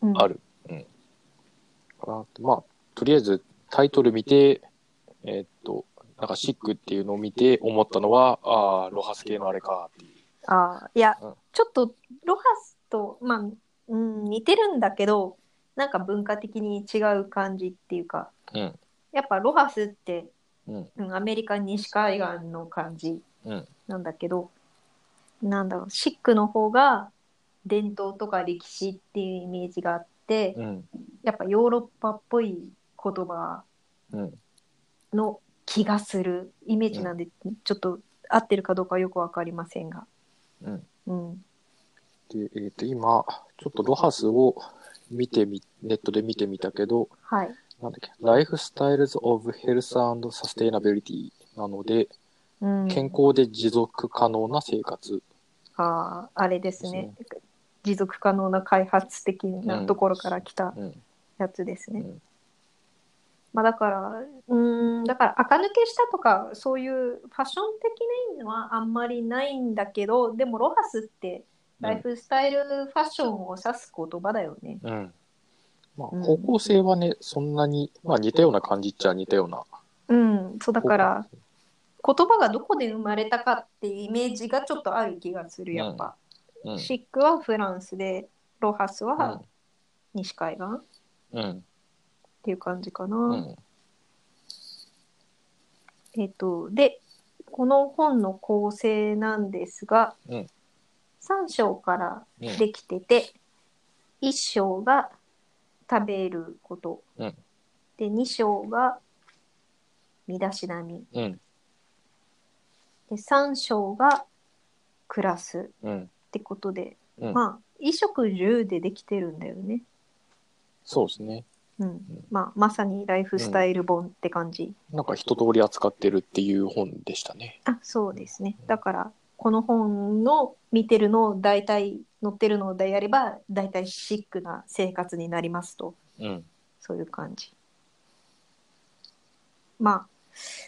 Speaker 2: うん
Speaker 3: あるかなってまあ、とりあえずタイトル見て、えーっと、なんかシックっていうのを見て思ったのは、ああ、ロハス系のあれかっていう。
Speaker 2: ああ、いや、
Speaker 3: うん
Speaker 2: ちょっとロハスと、まあ、うん、似てるんだけど、なんか文化的に違う感じっていうか、
Speaker 3: うん
Speaker 2: やっぱロハスって、
Speaker 3: うん
Speaker 2: うんアメリカ西海岸の感じ
Speaker 3: うん
Speaker 2: なんだけど、なんだろう、シックの方が伝統とか歴史っていうイメージがあって、
Speaker 3: うん。
Speaker 2: やっぱヨーロッパっぽい言葉
Speaker 3: うん。
Speaker 2: の気がするイメージなんで、ちょっと合ってるかどうかはよくわかりませんが。
Speaker 3: うん。
Speaker 2: うん
Speaker 3: で、えーっと、今、ちょっとロハスを見てみ、ネットで見てみたけど、
Speaker 2: はい。
Speaker 3: なんだっけ、Life Styles of Health and Sustainability なので、
Speaker 2: うん、
Speaker 3: 健康で持続可能な生活。
Speaker 2: あーあれですね
Speaker 3: で
Speaker 2: 持続可能な開発的なところから来た
Speaker 3: うん。
Speaker 2: やつですね、
Speaker 3: うん
Speaker 2: まあだからうーんだから垢抜けしたとかそういうファッション的な意味はあんまりないんだけどでもロハスってライフスタイルファッションを指す言葉だよね、
Speaker 3: うん。まあ、
Speaker 2: うん
Speaker 3: 方向性はね、そんなに、まあ似たような感じっちゃ似たような。
Speaker 2: うんそうだから言葉がどこで生まれたかっていうイメージがちょっとある気がするやっぱ、
Speaker 3: うん。
Speaker 2: シックはフランスでロハ
Speaker 3: う
Speaker 2: ス
Speaker 3: ん
Speaker 2: は西海岸、
Speaker 3: うん。
Speaker 2: っていう感じかな。
Speaker 3: うん。
Speaker 2: えっ、とでこの本の構成なんですが、
Speaker 3: うん
Speaker 2: 3章から
Speaker 3: うん
Speaker 2: できてて、1章が食べること、
Speaker 3: うん
Speaker 2: で2章が身だしなみ
Speaker 3: うん。
Speaker 2: で3章が暮らす
Speaker 3: うん。
Speaker 2: ってことで、
Speaker 3: うん
Speaker 2: まあ衣食住でできてるんだよね。
Speaker 3: そうですね。
Speaker 2: うんまあ、まさにライフスタイル本って感じ。
Speaker 3: なんか一通り扱ってるっていう本でしたね。
Speaker 2: あそうですねだからこの本の見てるのを大体載ってるのでやれば大体シックな生活になりますと
Speaker 3: うん。
Speaker 2: そういう感じまあ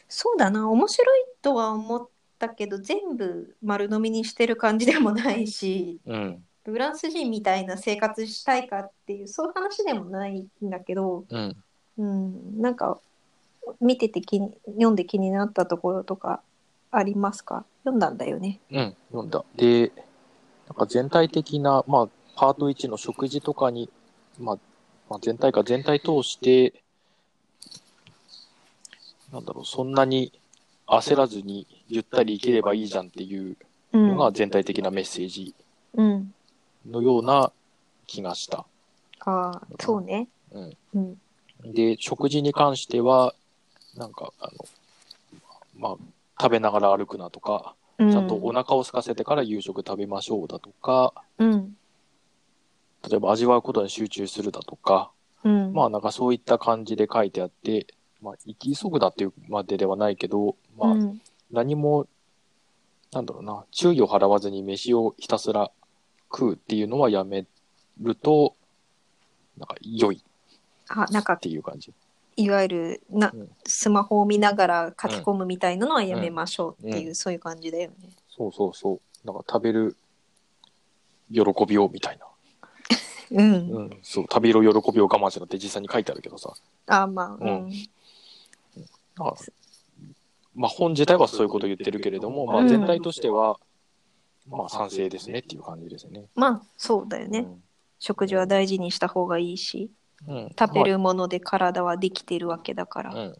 Speaker 2: そうだな面白いとは思ったけど全部丸飲みにしてる感じでもないし
Speaker 3: うん。
Speaker 2: フランス人みたいな生活したいかっていうそういう話でもないんだけど、
Speaker 3: うん。
Speaker 2: うん、なんか見てて気に読んで気になったところとかありますか読んだんだよね。
Speaker 3: うん、読んだ。で、なんか全体的な、まあ、パート1の食事とかに、まあ、まあ、全体か全体通して、なんだろう、そんなに焦らずにゆったり生きればいいじゃんっていう
Speaker 2: う
Speaker 3: の
Speaker 2: ん。
Speaker 3: が全体的なメッセージ
Speaker 2: うん、
Speaker 3: のような気がした。
Speaker 2: ああ、そうね。
Speaker 3: うん。
Speaker 2: うん。
Speaker 3: で、食事に関しては、なんか、あの、まあ、食べながら歩くなとか、
Speaker 2: う
Speaker 3: ちゃんとお腹を空かせてから夕食食べましょうだとか、
Speaker 2: うん。
Speaker 3: 例えば味わうことに集中するだとか、
Speaker 2: うん。
Speaker 3: まあなんかそういった感じで書いてあって、まあ生き急ぐだっていうまでではないけど、ま
Speaker 2: う
Speaker 3: あ
Speaker 2: ん。
Speaker 3: 何も、なんだろうな、注意を払わずに飯をひたすら食うっていうのはやめると、なんか良い
Speaker 2: あ、な
Speaker 3: っ
Speaker 2: んか、
Speaker 3: ていう感じ。
Speaker 2: いわゆる、な
Speaker 3: うん、
Speaker 2: スマホを見ながら書き込むみたいなのはやめましょうって
Speaker 3: うん
Speaker 2: いうう、そういう感じだよね。
Speaker 3: そうそうそう。なんか食べる喜びをみたいな。
Speaker 2: うん。
Speaker 3: うん、そう、食べる喜びを我慢しろって実際に書いてあるけどさ。
Speaker 2: あ、まあ、う
Speaker 3: うん
Speaker 2: ん。
Speaker 3: なんかまあ、本自体はそういうことを言ってるけれども、ま
Speaker 2: う
Speaker 3: あ、
Speaker 2: ん
Speaker 3: 全体としては、まあ、賛成ですねっていう感じですね。
Speaker 2: まあ、そうだよね。食事は大事にした方がいいし、
Speaker 3: うん、うん
Speaker 2: 食べるもので体はできてるわけだか
Speaker 3: ま
Speaker 2: ら
Speaker 3: あ。うん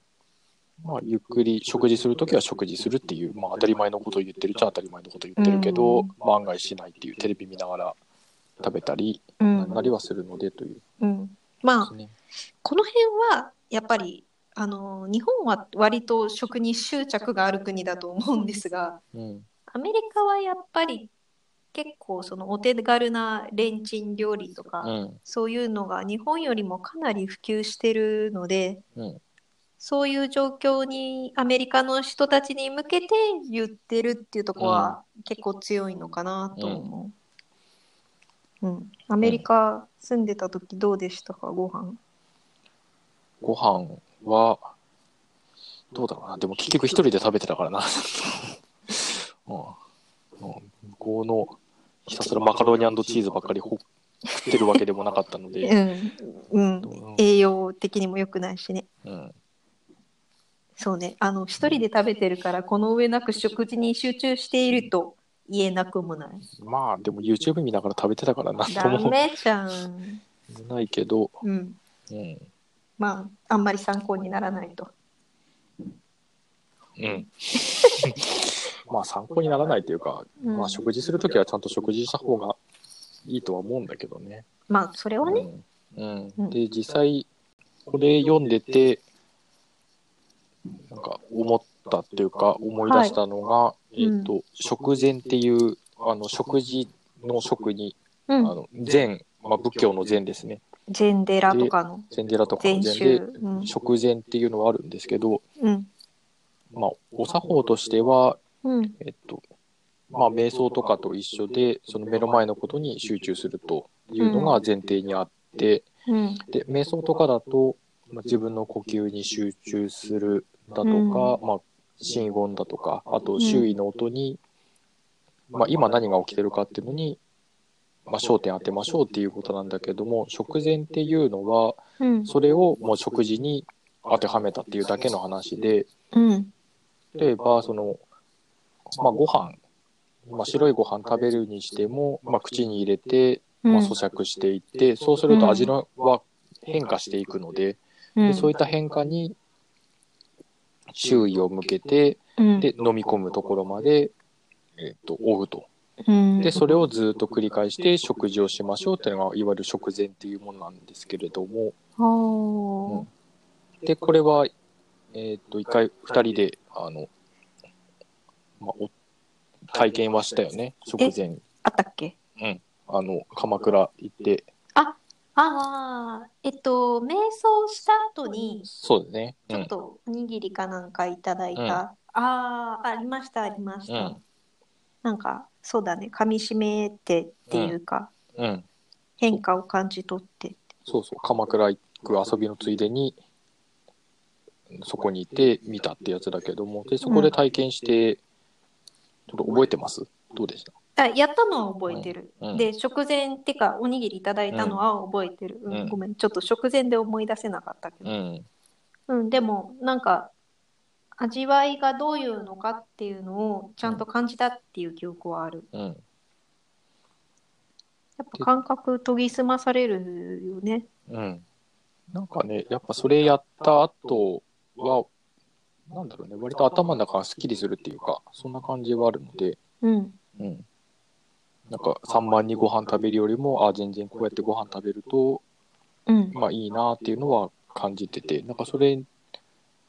Speaker 3: まあ、ゆっくり食事するときは食事するっていう、まあ、当たり前のことを言ってるっちゃ当たり前のことを言ってるけど、
Speaker 2: うん
Speaker 3: まあ案外しないっていうテレビ見ながら食べたり
Speaker 2: うん。
Speaker 3: なりはするのでという
Speaker 2: うん。まあ、
Speaker 3: ね。
Speaker 2: この辺はやっぱりあの日本は割と食に執着がある国だと思うんですが
Speaker 3: うん
Speaker 2: アメリカはやっぱり結構そのお手軽なレンチン料理とか、
Speaker 3: うん
Speaker 2: そういうのが日本よりもかなり普及してるので、
Speaker 3: うん
Speaker 2: そういう状況にアメリカの人たちに向けて言ってるっていうところは結構強いのかなと思う。うん、アメリカ住んでた時どうでしたかご飯
Speaker 3: ご飯は、どうだろうな。でも結局一人で食べてたからな。 [LAUGHS] うんうん向こうのひたすらマカロニチーズばっかりほ食ってるわけでもなかったの
Speaker 2: [LAUGHS]
Speaker 3: で、
Speaker 2: うん、う
Speaker 3: う
Speaker 2: ん、栄養的にも良くないしね。
Speaker 3: ん、
Speaker 2: そうね。あの、一人で食べてるから、この上なく食事に集中していると言えなくもない。
Speaker 3: まあでも YouTube 見ながら食べてたからなんと
Speaker 2: ダ
Speaker 3: も
Speaker 2: メじゃん。
Speaker 3: ないけど、
Speaker 2: うん。
Speaker 3: うん
Speaker 2: まあ、あんまり参考にならないと。
Speaker 3: うん、 [LAUGHS] まあ参考にならないというか、
Speaker 2: うん
Speaker 3: まあ、食事するときはちゃんと食事した方がいいとは思うんだけどね。
Speaker 2: まあ、それはね。
Speaker 3: うん
Speaker 2: う
Speaker 3: うんん、で実際これ読んでてなんか思ったっていうか思い出したのが、
Speaker 2: い
Speaker 3: えっ、と、食前っていうあの食事の食に、
Speaker 2: う
Speaker 3: あ
Speaker 2: ん。
Speaker 3: の禅、まあ、仏教の禅ですね
Speaker 2: 禅寺とかの。
Speaker 3: 禅寺とかの
Speaker 2: 禅
Speaker 3: 禅で
Speaker 2: 宗。うん。
Speaker 3: 食前っていうのはあるんですけど、
Speaker 2: うん。
Speaker 3: まあ、お作法としては
Speaker 2: うん。
Speaker 3: えっとまあ瞑想とかと一緒でその目の前のことに集中するというのが前提にあって、
Speaker 2: うん。
Speaker 3: で瞑想とかだと、まあ、自分の呼吸に集中するだとか、
Speaker 2: うん
Speaker 3: まあ、心音だとかあ
Speaker 4: う
Speaker 3: と
Speaker 4: ん
Speaker 3: 周囲の音に、まあ、今何が起きてるかっていうのに、まあ、焦点当てましょうっていうことなんだけども食前っていうのは
Speaker 2: うん。
Speaker 3: それをもう食事に当てはめたっていうだけの話で
Speaker 2: うん。
Speaker 3: 例えばその、まあ、ご飯、まあ、白いご飯食べるにしても、まあ、口に入れて、まあ、咀嚼していってそうすると味のは変化していくので。
Speaker 2: う
Speaker 3: で
Speaker 2: ん。
Speaker 3: そういった変化に注意を向けて
Speaker 2: うん。
Speaker 3: で飲み込むところまで、えー、と追うと
Speaker 2: うん。
Speaker 3: でそれをずっと繰り返して食事をしましょうっていうのがいわゆる食前っていうものなんですけれども
Speaker 2: ほー
Speaker 3: でこれは、えー、と一回2人であの、まあ、お体験はしたよね食前
Speaker 2: あったっけ
Speaker 3: あの鎌倉行って
Speaker 2: ああ、えっと、瞑想した後に、
Speaker 3: そうだね、う
Speaker 2: ちょっ
Speaker 3: ん
Speaker 2: とおにぎりかなんかいただ
Speaker 3: う
Speaker 2: い
Speaker 3: ん
Speaker 2: た。ああ、ありました、ありまし
Speaker 3: う
Speaker 2: た
Speaker 3: ん。
Speaker 2: なんか、そうだね、噛み締めてっていうか、
Speaker 3: うん、
Speaker 2: 変化を感じ取って。
Speaker 3: そうそう鎌倉行く遊びのついでにそこにいて見たってやつだけどもでそこで体験して、ちょっと覚えてますどうでした
Speaker 2: あ、やったのは覚えてる。
Speaker 3: うん
Speaker 2: で、食前ってか、おにぎりいただいたのは覚えてる。うん
Speaker 3: うん
Speaker 2: ごめん、ちょっと食前で思い出せなかったけ
Speaker 3: う
Speaker 2: ど。
Speaker 3: ん
Speaker 2: うん、でも、なんか、味わいがどういうのかっていうのをちゃんと感じたっていう記憶はある。
Speaker 3: うん。
Speaker 2: やっぱ感覚研ぎ澄まされるよね。
Speaker 3: うん。なんかね、やっぱそれやった後は、なんだろうね、割と頭の中がスッキリするっていうか、そんな感じはあるので、
Speaker 2: うん。
Speaker 3: うん。なんか散漫にご飯食べるよりも、あ全然こうやってご飯食べると、
Speaker 2: うん。
Speaker 3: まあいいなっていうのは感じてて、なんかそれに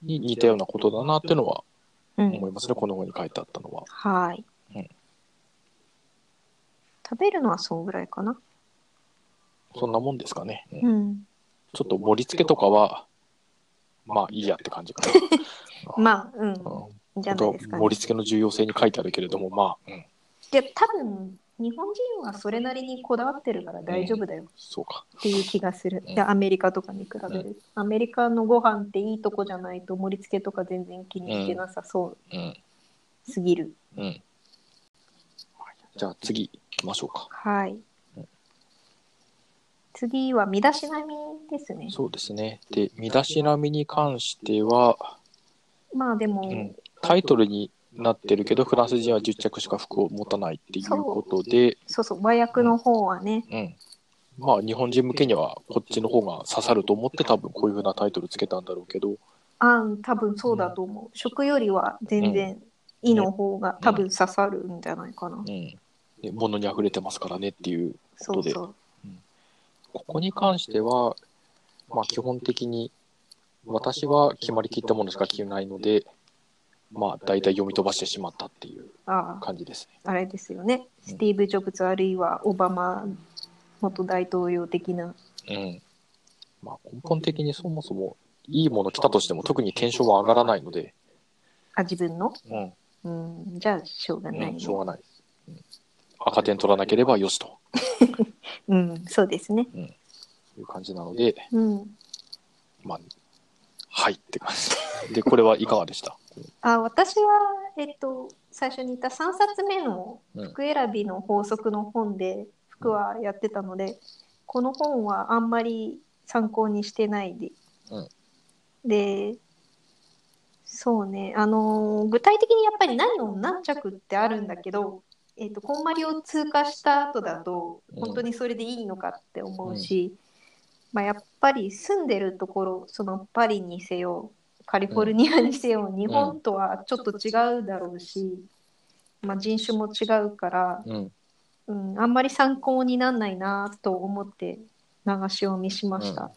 Speaker 3: 似たようなことだなっていうのは
Speaker 2: うん
Speaker 3: 思いますね、この本に書いてあったのは。
Speaker 2: はい、
Speaker 3: うん
Speaker 2: 食べるのはそうぐらいかな。
Speaker 3: そんなもんですかね。うん
Speaker 2: うん。
Speaker 3: ちょっと盛り付けとかは、まあいいやって感じかな。
Speaker 2: まあ、うん。い
Speaker 3: うん
Speaker 2: いんじゃ
Speaker 3: 本当
Speaker 2: ないですかね
Speaker 3: 盛り。付けの重要性に書いてあるけれども、まあ、うん、
Speaker 2: で、多分、日本人はそれなりにこだわってるから大丈夫だよ
Speaker 3: そうか。
Speaker 2: っていう気がする。
Speaker 3: うん
Speaker 2: で、アメリカとかに比べる。アメリカのご飯っていいとこじゃないと盛り付けとか全然気にしてなさそ
Speaker 3: うん、
Speaker 2: うすぎる。
Speaker 3: うん。じゃあ次行きましょうか。
Speaker 2: はい
Speaker 3: うん。
Speaker 2: 次は身だしなみですね。
Speaker 3: そうですね。で、身だしなみに関しては、
Speaker 2: まあでも、
Speaker 3: うん、タイトルになってるけど、フランス人は10着しか服を持たないっていうことで、
Speaker 2: そうそう、和訳の方はね、
Speaker 3: うん。まあ、日本人向けにはこっちの方が刺さると思って多分こういう風なタイトルつけたんだろうけど、
Speaker 2: あん多分そうだと思う、食よりは全然「い」の方が多分刺さるんじゃないかな、
Speaker 3: うん。で物に溢れてますからねっていう
Speaker 2: そうそう
Speaker 3: ここに関しては、まあ、基本的に私は決まりきったものしか着ないので、まあ、大体読み飛ばしてしまったっていう
Speaker 2: ああ
Speaker 3: 感じですね。
Speaker 2: あれですよねスティーブ・ジョブズあるいはオバマ元大統領的な
Speaker 3: うんまあ、根本的にそもそもいいもの着たとしても特にテンションは上がらないので、
Speaker 2: あ自分の
Speaker 3: うん
Speaker 2: うんじゃあしょうがない、
Speaker 3: うん、しょうが
Speaker 2: ね
Speaker 3: ない。うん赤点取らなければよしと
Speaker 2: うん、そうですね
Speaker 3: いう感じなので、
Speaker 2: うん
Speaker 3: まあ、はいって感じ。で、これはいかがでした
Speaker 2: あ私はえっと最初に言った3冊目の
Speaker 3: うん
Speaker 2: 服選びの法則の本で服はやってたので、この本はあんまり参考にしてないで、
Speaker 3: うん
Speaker 2: でそうねあのー具体的にやっぱり何を何着ってあるんだけどえっとこんまりを通過した後だと
Speaker 3: うん
Speaker 2: 本当にそれでいいのかって思うし、まあ、やっぱり住んでるところそのパリにせよカリフォルニアにせよ、日本とはちょっと違うだろうし、まあ、人種も違うから、
Speaker 3: うん。
Speaker 2: うん、あんまり参考にならないなと思って流し読みしました。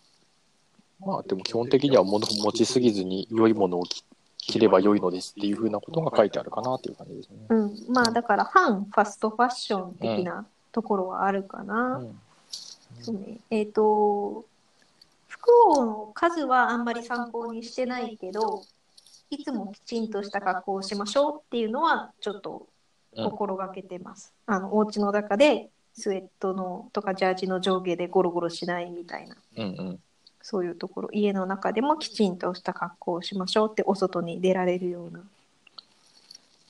Speaker 3: まあでも基本的には物を持ちすぎずに良いものを着着れば良いのですっていうふうなことが書いてあるかなっていう感じですね。
Speaker 2: うんまあだから反ファストファッション的なところはあるか
Speaker 3: う
Speaker 2: な。
Speaker 3: ん
Speaker 2: そうね、えっ、と服の数はあんまり参考にしてないけどいつもきちんとした格好をしましょうっていうのはちょっと心がけてます。あのお家の中でスウェットのとかジャージの上下でゴロゴロしないみたいな
Speaker 3: うんうん
Speaker 2: そういうところ家の中でもきちんとした格好をしましょうってお外に出られるような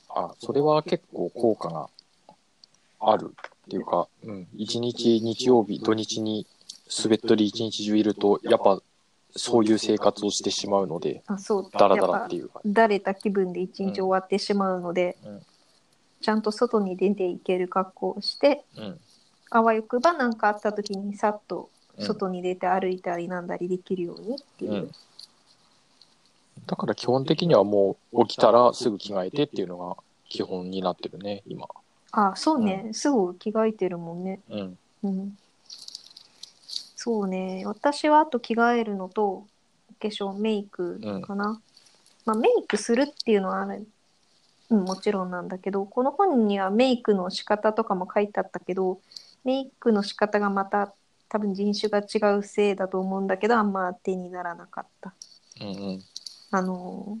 Speaker 3: あそれは結構効果があるっていうか、うん、一日日曜日土日にスウェットで一日中いるとやっぱそういう生活をしてしまうので
Speaker 2: あそう
Speaker 3: ダラ
Speaker 2: や
Speaker 3: ダ
Speaker 2: っ
Speaker 3: ラ
Speaker 2: ぱ
Speaker 3: っていうか
Speaker 2: だれた気分で一日終わってしまうので、
Speaker 3: うん
Speaker 2: ちゃんと外に出ていける格好をして
Speaker 3: うん
Speaker 2: あわよくば何かあった時にさっと
Speaker 3: うん
Speaker 2: 外に出て歩いたりなんだりできるようにっていう、
Speaker 3: うんだから基本的にはもう起きたらすぐ着替えてっていうのが基本になってるね今
Speaker 2: あそうね、すぐ着替えてるもんね
Speaker 3: うん
Speaker 2: うんそうね私はあと着替えるのとお化粧メイクかな、まあ、メイクするっていうのはあれ、うん、もちろんなんだけどこの本にはメイクの仕方とかも書いてあったけどメイクの仕方がまた多分人種が違うせいだと思うんだけどあんま手にならなかった。
Speaker 3: うんうん
Speaker 2: あの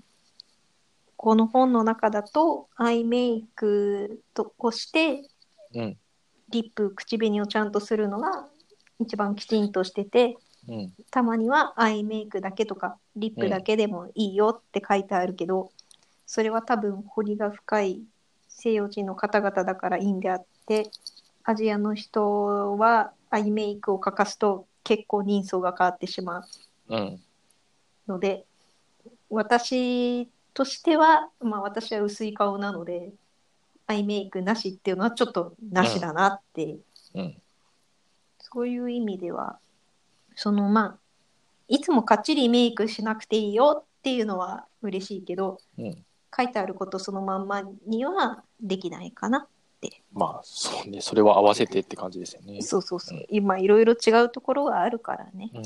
Speaker 2: この本の中だとアイメイクとをして
Speaker 3: うん
Speaker 2: リップ口紅をちゃんとするのが一番きちんとしてて
Speaker 3: うん
Speaker 2: たまにはアイメイクだけとかリップだけでもいいよって書いてあるけど、それは多分彫りが深い西洋人の方々だからいいんであってアジアの人はアイメイクを欠かすと結構人相が変わってしまう
Speaker 3: うん
Speaker 2: ので私としては、まあ、私は薄い顔なのでアイメイクなしっていうのはちょっとなしだなって、
Speaker 3: うん。
Speaker 2: そういう意味ではそのまあいつもかっちりメイクしなくていいよっていうのは嬉しいけど
Speaker 3: うん。
Speaker 2: 書いてあることそのまんまにはできないかな。
Speaker 3: まあ、そうね。それは合わせてって感じですよね。。
Speaker 2: そうそうそううん今いろいろ違うところがあるからね。
Speaker 3: うん。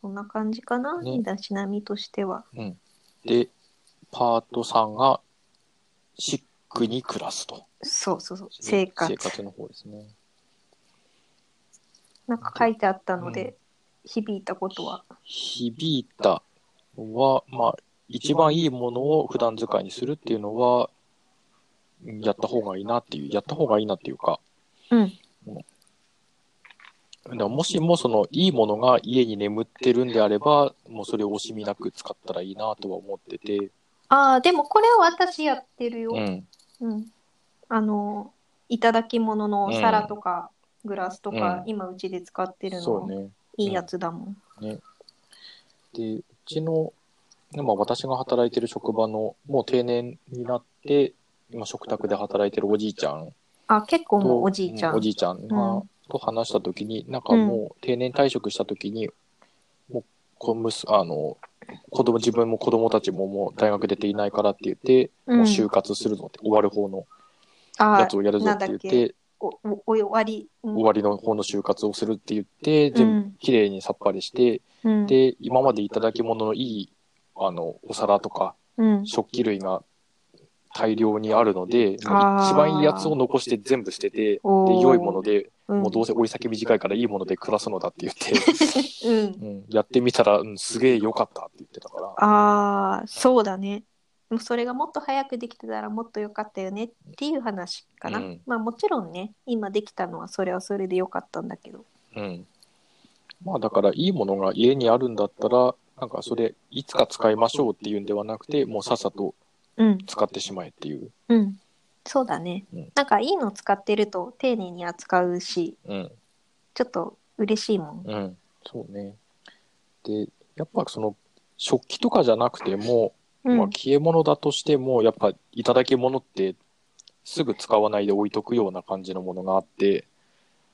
Speaker 2: そんな感じかな、
Speaker 3: ね
Speaker 2: 身だしなみとしては。
Speaker 3: で、パート3が、シックに暮らすと。
Speaker 2: そうそうそう。生活。
Speaker 3: 生活の方ですね。
Speaker 2: なんか書いてあったの
Speaker 3: うん
Speaker 2: で、響いたことは。
Speaker 3: 響いたのは、まあ、一番いいものを普段使いにするっていうのは、うんやった方がいいなっていう、やった方がいいなっていうか、
Speaker 2: うん。
Speaker 3: でももしもそのいいものが家に眠ってるんであれば、もうそれを惜しみなく使ったらいいなとは思ってて、
Speaker 2: ああ、でもこれは私やってるよ。
Speaker 3: うん、
Speaker 2: うん。あの、いただき物の皿とか、グラスと
Speaker 3: う
Speaker 2: か、
Speaker 3: ん
Speaker 2: 今うちで使ってる
Speaker 3: そう
Speaker 2: の、
Speaker 3: ね。
Speaker 2: いいやつだもん。
Speaker 3: で、うちの、まあ私が働いてる職場の、もう定年になって、今食卓で働いてるおじいちゃん
Speaker 2: あ、結構も
Speaker 3: と
Speaker 2: うおじいちゃ。
Speaker 3: うんおじいちゃんが、
Speaker 2: うん
Speaker 3: と話した時になんかもう定年退職した時に、もうこむすあの子供自分も子供たちももう大学出ていないからって言って、
Speaker 2: うん
Speaker 3: もう就活するぞって終わる方の
Speaker 2: あ
Speaker 3: や
Speaker 2: あ
Speaker 3: つ、をやるぞって言って
Speaker 2: お、お、お終わり。うん
Speaker 3: 終わりの方の就活をするって言って
Speaker 2: う
Speaker 3: 全部
Speaker 2: ん。
Speaker 3: きれいにさっぱりして、
Speaker 2: うん。
Speaker 3: で今までいただき物のいいあのお皿とか
Speaker 2: うん。
Speaker 3: 食器類が大量にあるので、もう一番いいやつを残して全部捨てて、で
Speaker 2: おー
Speaker 3: 良いもので
Speaker 2: うん
Speaker 3: もうどうせ追い先短いからいいもので暮らすのだって言って、
Speaker 2: うん。
Speaker 3: うん、やってみたら、うん、すげえ良かったって言ってたから、
Speaker 2: ああ、そうだね。でもそれがもっと早くできてたらもっと良かったよねっていう話かな。
Speaker 3: うん
Speaker 2: まあもちろんね、今できたのはそれはそれで良かったんだけど。
Speaker 3: うん。まあだからいいものが家にあるんだったら、なんかそれいつか使いましょうっていうんではなくて、もうさっさと
Speaker 2: うん、
Speaker 3: 使ってしまえっていう。
Speaker 2: うん。そうだね。
Speaker 3: うん
Speaker 2: なんかいいの使ってると丁寧に扱うし、
Speaker 3: うん。
Speaker 2: ちょっと嬉しいもん。
Speaker 3: うん。そうね。で、やっぱその食器とかじゃなくても、
Speaker 2: うん、
Speaker 3: まあ消え物だとしても、やっぱいただき物ってすぐ使わないで置いとくような感じのものがあって、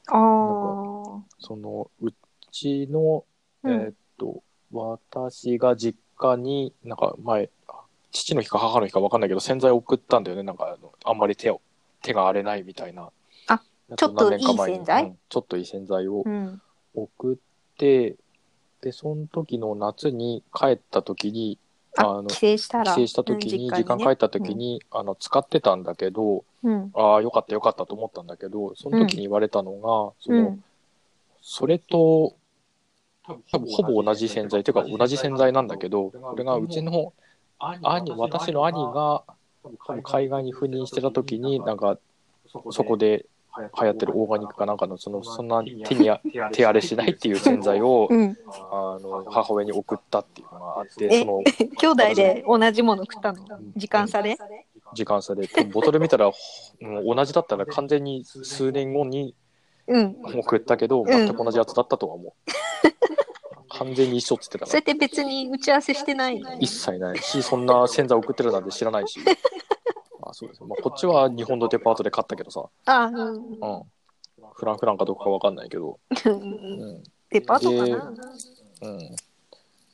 Speaker 2: あ
Speaker 3: そのうちの
Speaker 2: ー、うん
Speaker 3: えーっと、私が実家に、なんか前、あ父の日か母の日か分かんないけど、洗剤送ったんだよね。なんかあの、あんまり手を、手が荒れないみたいな。
Speaker 2: あ
Speaker 3: やつ
Speaker 2: ちょっといい
Speaker 3: 何年か前に
Speaker 2: 洗剤
Speaker 3: うんちょっといい洗剤を
Speaker 2: うん。
Speaker 3: 送って、で、その時の夏に帰った時に、あ
Speaker 2: あ、
Speaker 3: の、
Speaker 2: 帰省したら。
Speaker 3: 帰省した時に、時間帰った時に、あの、使ってたんだけど、
Speaker 2: うん、
Speaker 3: ああ、よかったよかったと思ったんだけど、その時に言われたのが、そ
Speaker 2: うん。う
Speaker 3: の、
Speaker 2: ん。
Speaker 3: それと、多
Speaker 4: 多
Speaker 3: 分
Speaker 4: 分
Speaker 3: ほ
Speaker 4: ほ
Speaker 3: ぼ
Speaker 4: ぼ
Speaker 3: 同
Speaker 4: 同
Speaker 3: じ
Speaker 4: じ
Speaker 3: 洗
Speaker 4: 洗
Speaker 3: 剤と
Speaker 4: 剤と
Speaker 3: い
Speaker 4: いう
Speaker 3: か
Speaker 4: か
Speaker 3: 同
Speaker 4: 同
Speaker 3: じ
Speaker 4: じ
Speaker 3: 洗
Speaker 4: 洗
Speaker 3: 剤
Speaker 4: 剤
Speaker 3: な
Speaker 4: なんん
Speaker 3: だ
Speaker 4: だ
Speaker 3: け
Speaker 4: け
Speaker 3: ど
Speaker 4: ど
Speaker 3: こ
Speaker 4: こ
Speaker 3: れ
Speaker 4: れ
Speaker 3: が
Speaker 4: が
Speaker 3: う
Speaker 4: う
Speaker 3: ち
Speaker 4: ち
Speaker 3: の兄
Speaker 4: 兄
Speaker 3: 私
Speaker 4: 私
Speaker 3: の
Speaker 4: の
Speaker 3: 兄
Speaker 4: 兄
Speaker 3: が
Speaker 4: が
Speaker 3: 海外
Speaker 4: 海外
Speaker 3: に
Speaker 4: に
Speaker 3: 赴
Speaker 4: 赴
Speaker 3: 任
Speaker 4: 任
Speaker 3: し
Speaker 4: してて
Speaker 3: た
Speaker 4: た
Speaker 3: 時
Speaker 4: 時
Speaker 3: に
Speaker 4: に
Speaker 3: な
Speaker 4: なんん
Speaker 3: か
Speaker 4: か
Speaker 3: そ
Speaker 4: そ
Speaker 3: こ
Speaker 4: こで
Speaker 3: で流
Speaker 4: 流
Speaker 3: 行
Speaker 4: 行
Speaker 3: っ
Speaker 4: ってて
Speaker 3: る
Speaker 4: る
Speaker 3: オ
Speaker 4: オ
Speaker 3: ー
Speaker 4: ー
Speaker 3: ガ
Speaker 4: ガ
Speaker 3: ニッ
Speaker 4: ニッ
Speaker 3: ク
Speaker 4: ク
Speaker 3: かな
Speaker 4: かなんん
Speaker 3: か
Speaker 4: か
Speaker 3: の
Speaker 4: の
Speaker 3: そ
Speaker 4: そ
Speaker 3: の
Speaker 4: の
Speaker 3: そ
Speaker 4: そ
Speaker 3: ん
Speaker 4: ん
Speaker 3: な
Speaker 4: な
Speaker 3: 手
Speaker 4: 手
Speaker 3: に
Speaker 4: に
Speaker 3: や手
Speaker 4: 手
Speaker 3: 荒れ
Speaker 4: 荒れ
Speaker 3: し
Speaker 4: し
Speaker 3: な
Speaker 4: ない
Speaker 3: っ
Speaker 4: いってて
Speaker 3: い
Speaker 4: いうう
Speaker 3: 洗
Speaker 4: 洗
Speaker 3: 剤
Speaker 4: 剤
Speaker 3: を
Speaker 4: を
Speaker 2: うん
Speaker 3: あの母親に送ったっていうのがあって
Speaker 2: え
Speaker 3: その
Speaker 2: 兄弟で同じもの食ったの時間差で
Speaker 3: 時間差でボトル見たらうん同じだったら完全に数年後に
Speaker 2: うん。
Speaker 3: 送ったけど
Speaker 2: ん
Speaker 3: 全く同じやつだったとは思う完全に一緒っつってた
Speaker 2: そ
Speaker 3: か
Speaker 2: れ
Speaker 3: ら
Speaker 2: って別に打ち合わせしてないの
Speaker 3: 一切ないし、そんな洗剤送ってるなんて知らないし。あそうですまあ、こっちは日本のデパートで買ったけどさ、
Speaker 2: あ、うん
Speaker 3: うん、フランフランかどうかわかんないけど、う
Speaker 2: うん
Speaker 3: ん
Speaker 2: [LAUGHS] デパートかな、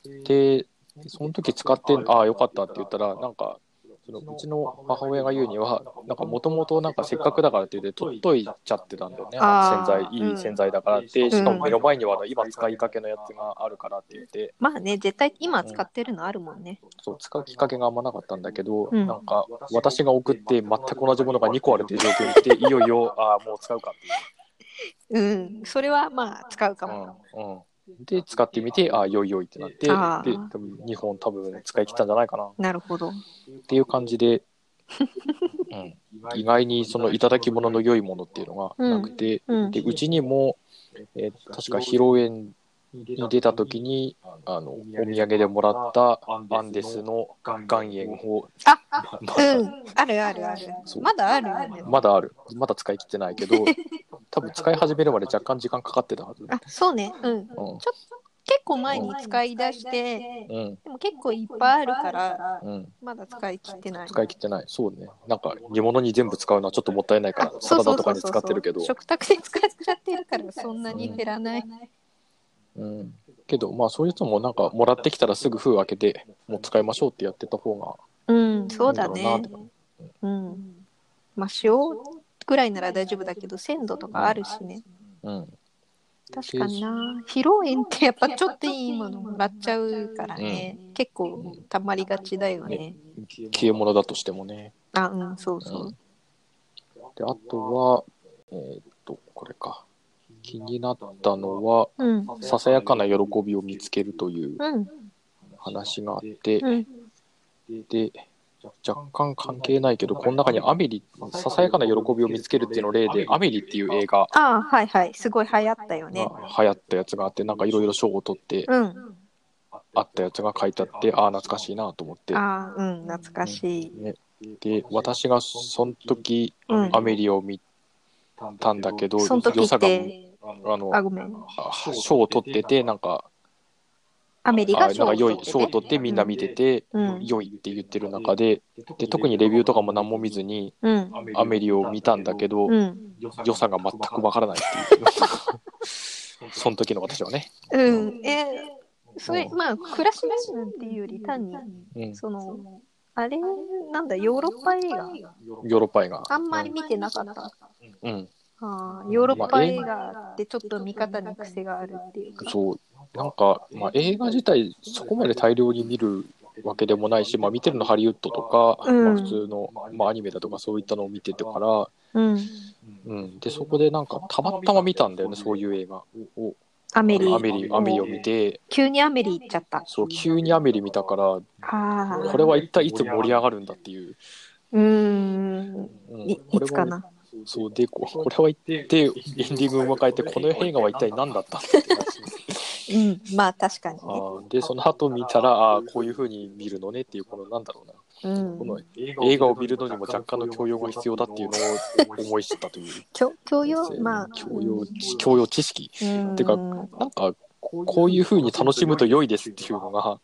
Speaker 3: うん、で、その時使って、ああ、よかったって言ったら、なんか、そのうちの母親が言うには、なんかもともとなんかせっかくだからって言って、取っといちゃってたんだよね、
Speaker 2: あ
Speaker 3: 洗
Speaker 2: ー
Speaker 3: 剤、いい洗剤だからって、
Speaker 4: うん
Speaker 3: しかも目の前にはあの今使いかけのやつがあるからって言って、
Speaker 2: まあね、絶対今使ってるのあるもんね。
Speaker 3: そう使うきっかけがあんまなかったんだけど、
Speaker 2: うん
Speaker 3: なんか私が送って全く同じものが2個あるっていう状況に
Speaker 2: [LAUGHS]
Speaker 3: していよいよああもう使うかっていう
Speaker 2: うん、それはまあ使うかも。
Speaker 3: うんうん、で使ってみてああよいよいってなってで
Speaker 2: あー
Speaker 3: 多分2本多分使い切ったんじゃないかなっ
Speaker 2: なるほど。
Speaker 3: ていう感じで、うん、意外にそのいただき物の良いものっていうのがなくて、
Speaker 2: うん、
Speaker 3: でうちにも、えー確か披露宴に出た時にあのお土産でもらったアンデスの岩塩を
Speaker 2: あ
Speaker 3: ま
Speaker 2: う
Speaker 3: だ
Speaker 2: ん、あるあるある
Speaker 3: そ。う
Speaker 2: まだあるよね。
Speaker 3: まだある。まだ使い切ってないけ
Speaker 2: [LAUGHS]
Speaker 3: ど、多分使い始めるまで若干時間かかってたはず。
Speaker 2: あ、そうね。うん。
Speaker 3: うん
Speaker 2: 結構前に使い出して、
Speaker 3: うん、
Speaker 2: でも結構いっ
Speaker 4: いっ
Speaker 2: ぱ
Speaker 4: ぱ
Speaker 2: い
Speaker 4: い
Speaker 2: あ
Speaker 4: あ
Speaker 2: る
Speaker 4: る
Speaker 2: か、
Speaker 4: からら、
Speaker 3: うん。
Speaker 2: まだ使い切ってない。
Speaker 3: 使い切ってない。そうね。なんか、煮物に全部使うのはちょっともったいないから、サ
Speaker 2: そう
Speaker 3: ラ
Speaker 2: そ
Speaker 3: ダ
Speaker 2: う
Speaker 3: と
Speaker 2: そ
Speaker 3: か
Speaker 2: う
Speaker 3: に
Speaker 2: そ
Speaker 3: 使
Speaker 2: う
Speaker 3: ってるけど。
Speaker 2: 食卓で使っちゃってるから、そんなに減らない。
Speaker 3: うん。けど、まあ、そういう人もなんか、もらってきたらすぐ封開けて、もう使いましょうってやってた方が、
Speaker 2: うん、そうだ
Speaker 3: いいんだろう
Speaker 2: ね
Speaker 3: なと。
Speaker 2: うん。まあ、塩ぐらいなら大丈夫だけど、鮮度とかあるしね。
Speaker 3: うん。
Speaker 2: 確かにな。披露宴ってやっぱちょっといいものもらっちゃうからね。
Speaker 4: うん
Speaker 2: 結構たまりがちだよね。
Speaker 3: 消え物だとしてもね。
Speaker 2: あ、うん、そうそう。
Speaker 3: で、あとは、えーっと、これか。気になったのは、
Speaker 2: うん。
Speaker 3: ささやかな喜びを見つけるという
Speaker 2: うん。
Speaker 3: 話があって、
Speaker 2: うん。
Speaker 3: で、若干関係ないけど、この中にアメリ、ささやかな喜びを見つけるっていうの例で、アメリっていう映画
Speaker 2: ああ、はいはい。すごい流行ったよね。
Speaker 3: が流行ったやつがあって、なんかいろいろ賞を取って
Speaker 2: うん。
Speaker 3: あったやつが書いてあって、ああ、懐かしいなと思って。
Speaker 2: ああ、うん、懐かしい。
Speaker 3: で、私がその時、
Speaker 2: うん
Speaker 3: アメリを見たんだけど、
Speaker 2: その時
Speaker 3: 良さ
Speaker 2: っ
Speaker 3: が、
Speaker 2: て、
Speaker 3: あの、
Speaker 2: あ、ごめん。
Speaker 3: あ賞を取ってて、なんか、
Speaker 2: アメリ
Speaker 3: あな
Speaker 2: が
Speaker 3: ん
Speaker 2: 賞
Speaker 3: か
Speaker 2: を
Speaker 3: 良
Speaker 2: 取っ
Speaker 3: い、
Speaker 2: て
Speaker 3: 賞を取ってみんな見てて、
Speaker 2: うん
Speaker 3: 良いって言ってる中で、で、特にレビューとかも何も見ずに、
Speaker 2: うん。
Speaker 3: アメリを見たんだけど、
Speaker 2: うん。
Speaker 3: 良さが全くわからない [LAUGHS] っていう。その時の私はね。
Speaker 2: うん。え、それ、
Speaker 3: うん
Speaker 2: まあ、暮らしなしなんていうより、単に、
Speaker 3: うん、
Speaker 2: その、あれ、なんだ、ヨーロッパ映画。
Speaker 3: ヨーロッパ映画。
Speaker 2: あんまり見てなかった。
Speaker 3: うん。うん
Speaker 2: あーヨーロッパ映画ってちょっと見方に癖があるっていうか。
Speaker 3: そう。なんか、まあ、映画自体、そこまで大量に見るわけでもないし、まあ、見てるのハリウッドとか、
Speaker 2: うん
Speaker 3: まあ、普通の、まあ、アニメだとかそういったのを見ててから、
Speaker 2: うん。
Speaker 3: うん。で、そこでなんか、たまたま見たんだよね、そういう映画を。
Speaker 2: アメリ
Speaker 3: アメリ、アメリを見て、
Speaker 2: 急にアメリ行っちゃった。
Speaker 3: そう、急にアメリ見たから、
Speaker 2: ああ。
Speaker 3: これは一体いつ盛り上がるんだっていう。
Speaker 2: うーん。
Speaker 3: うん
Speaker 2: いいつか。な。
Speaker 3: そうでこ、これは一定、エンディングを迎えて、この映画は一体何だったんだって話です
Speaker 2: うん。まあ、確かに
Speaker 3: あ
Speaker 2: ね。
Speaker 3: ーで、その後見たら、ああー、こういうふうに見るのねっていう、このなんだろうな、
Speaker 2: うん
Speaker 3: こ。の映画を見るのにも若干の教養が必要だっていうのを思い知ったという、
Speaker 2: 教教養まあ。
Speaker 3: 教養、教養知識。
Speaker 2: うん。
Speaker 3: てか
Speaker 2: うん
Speaker 3: なんか、こういうふうに楽しむと良いですっていうのが、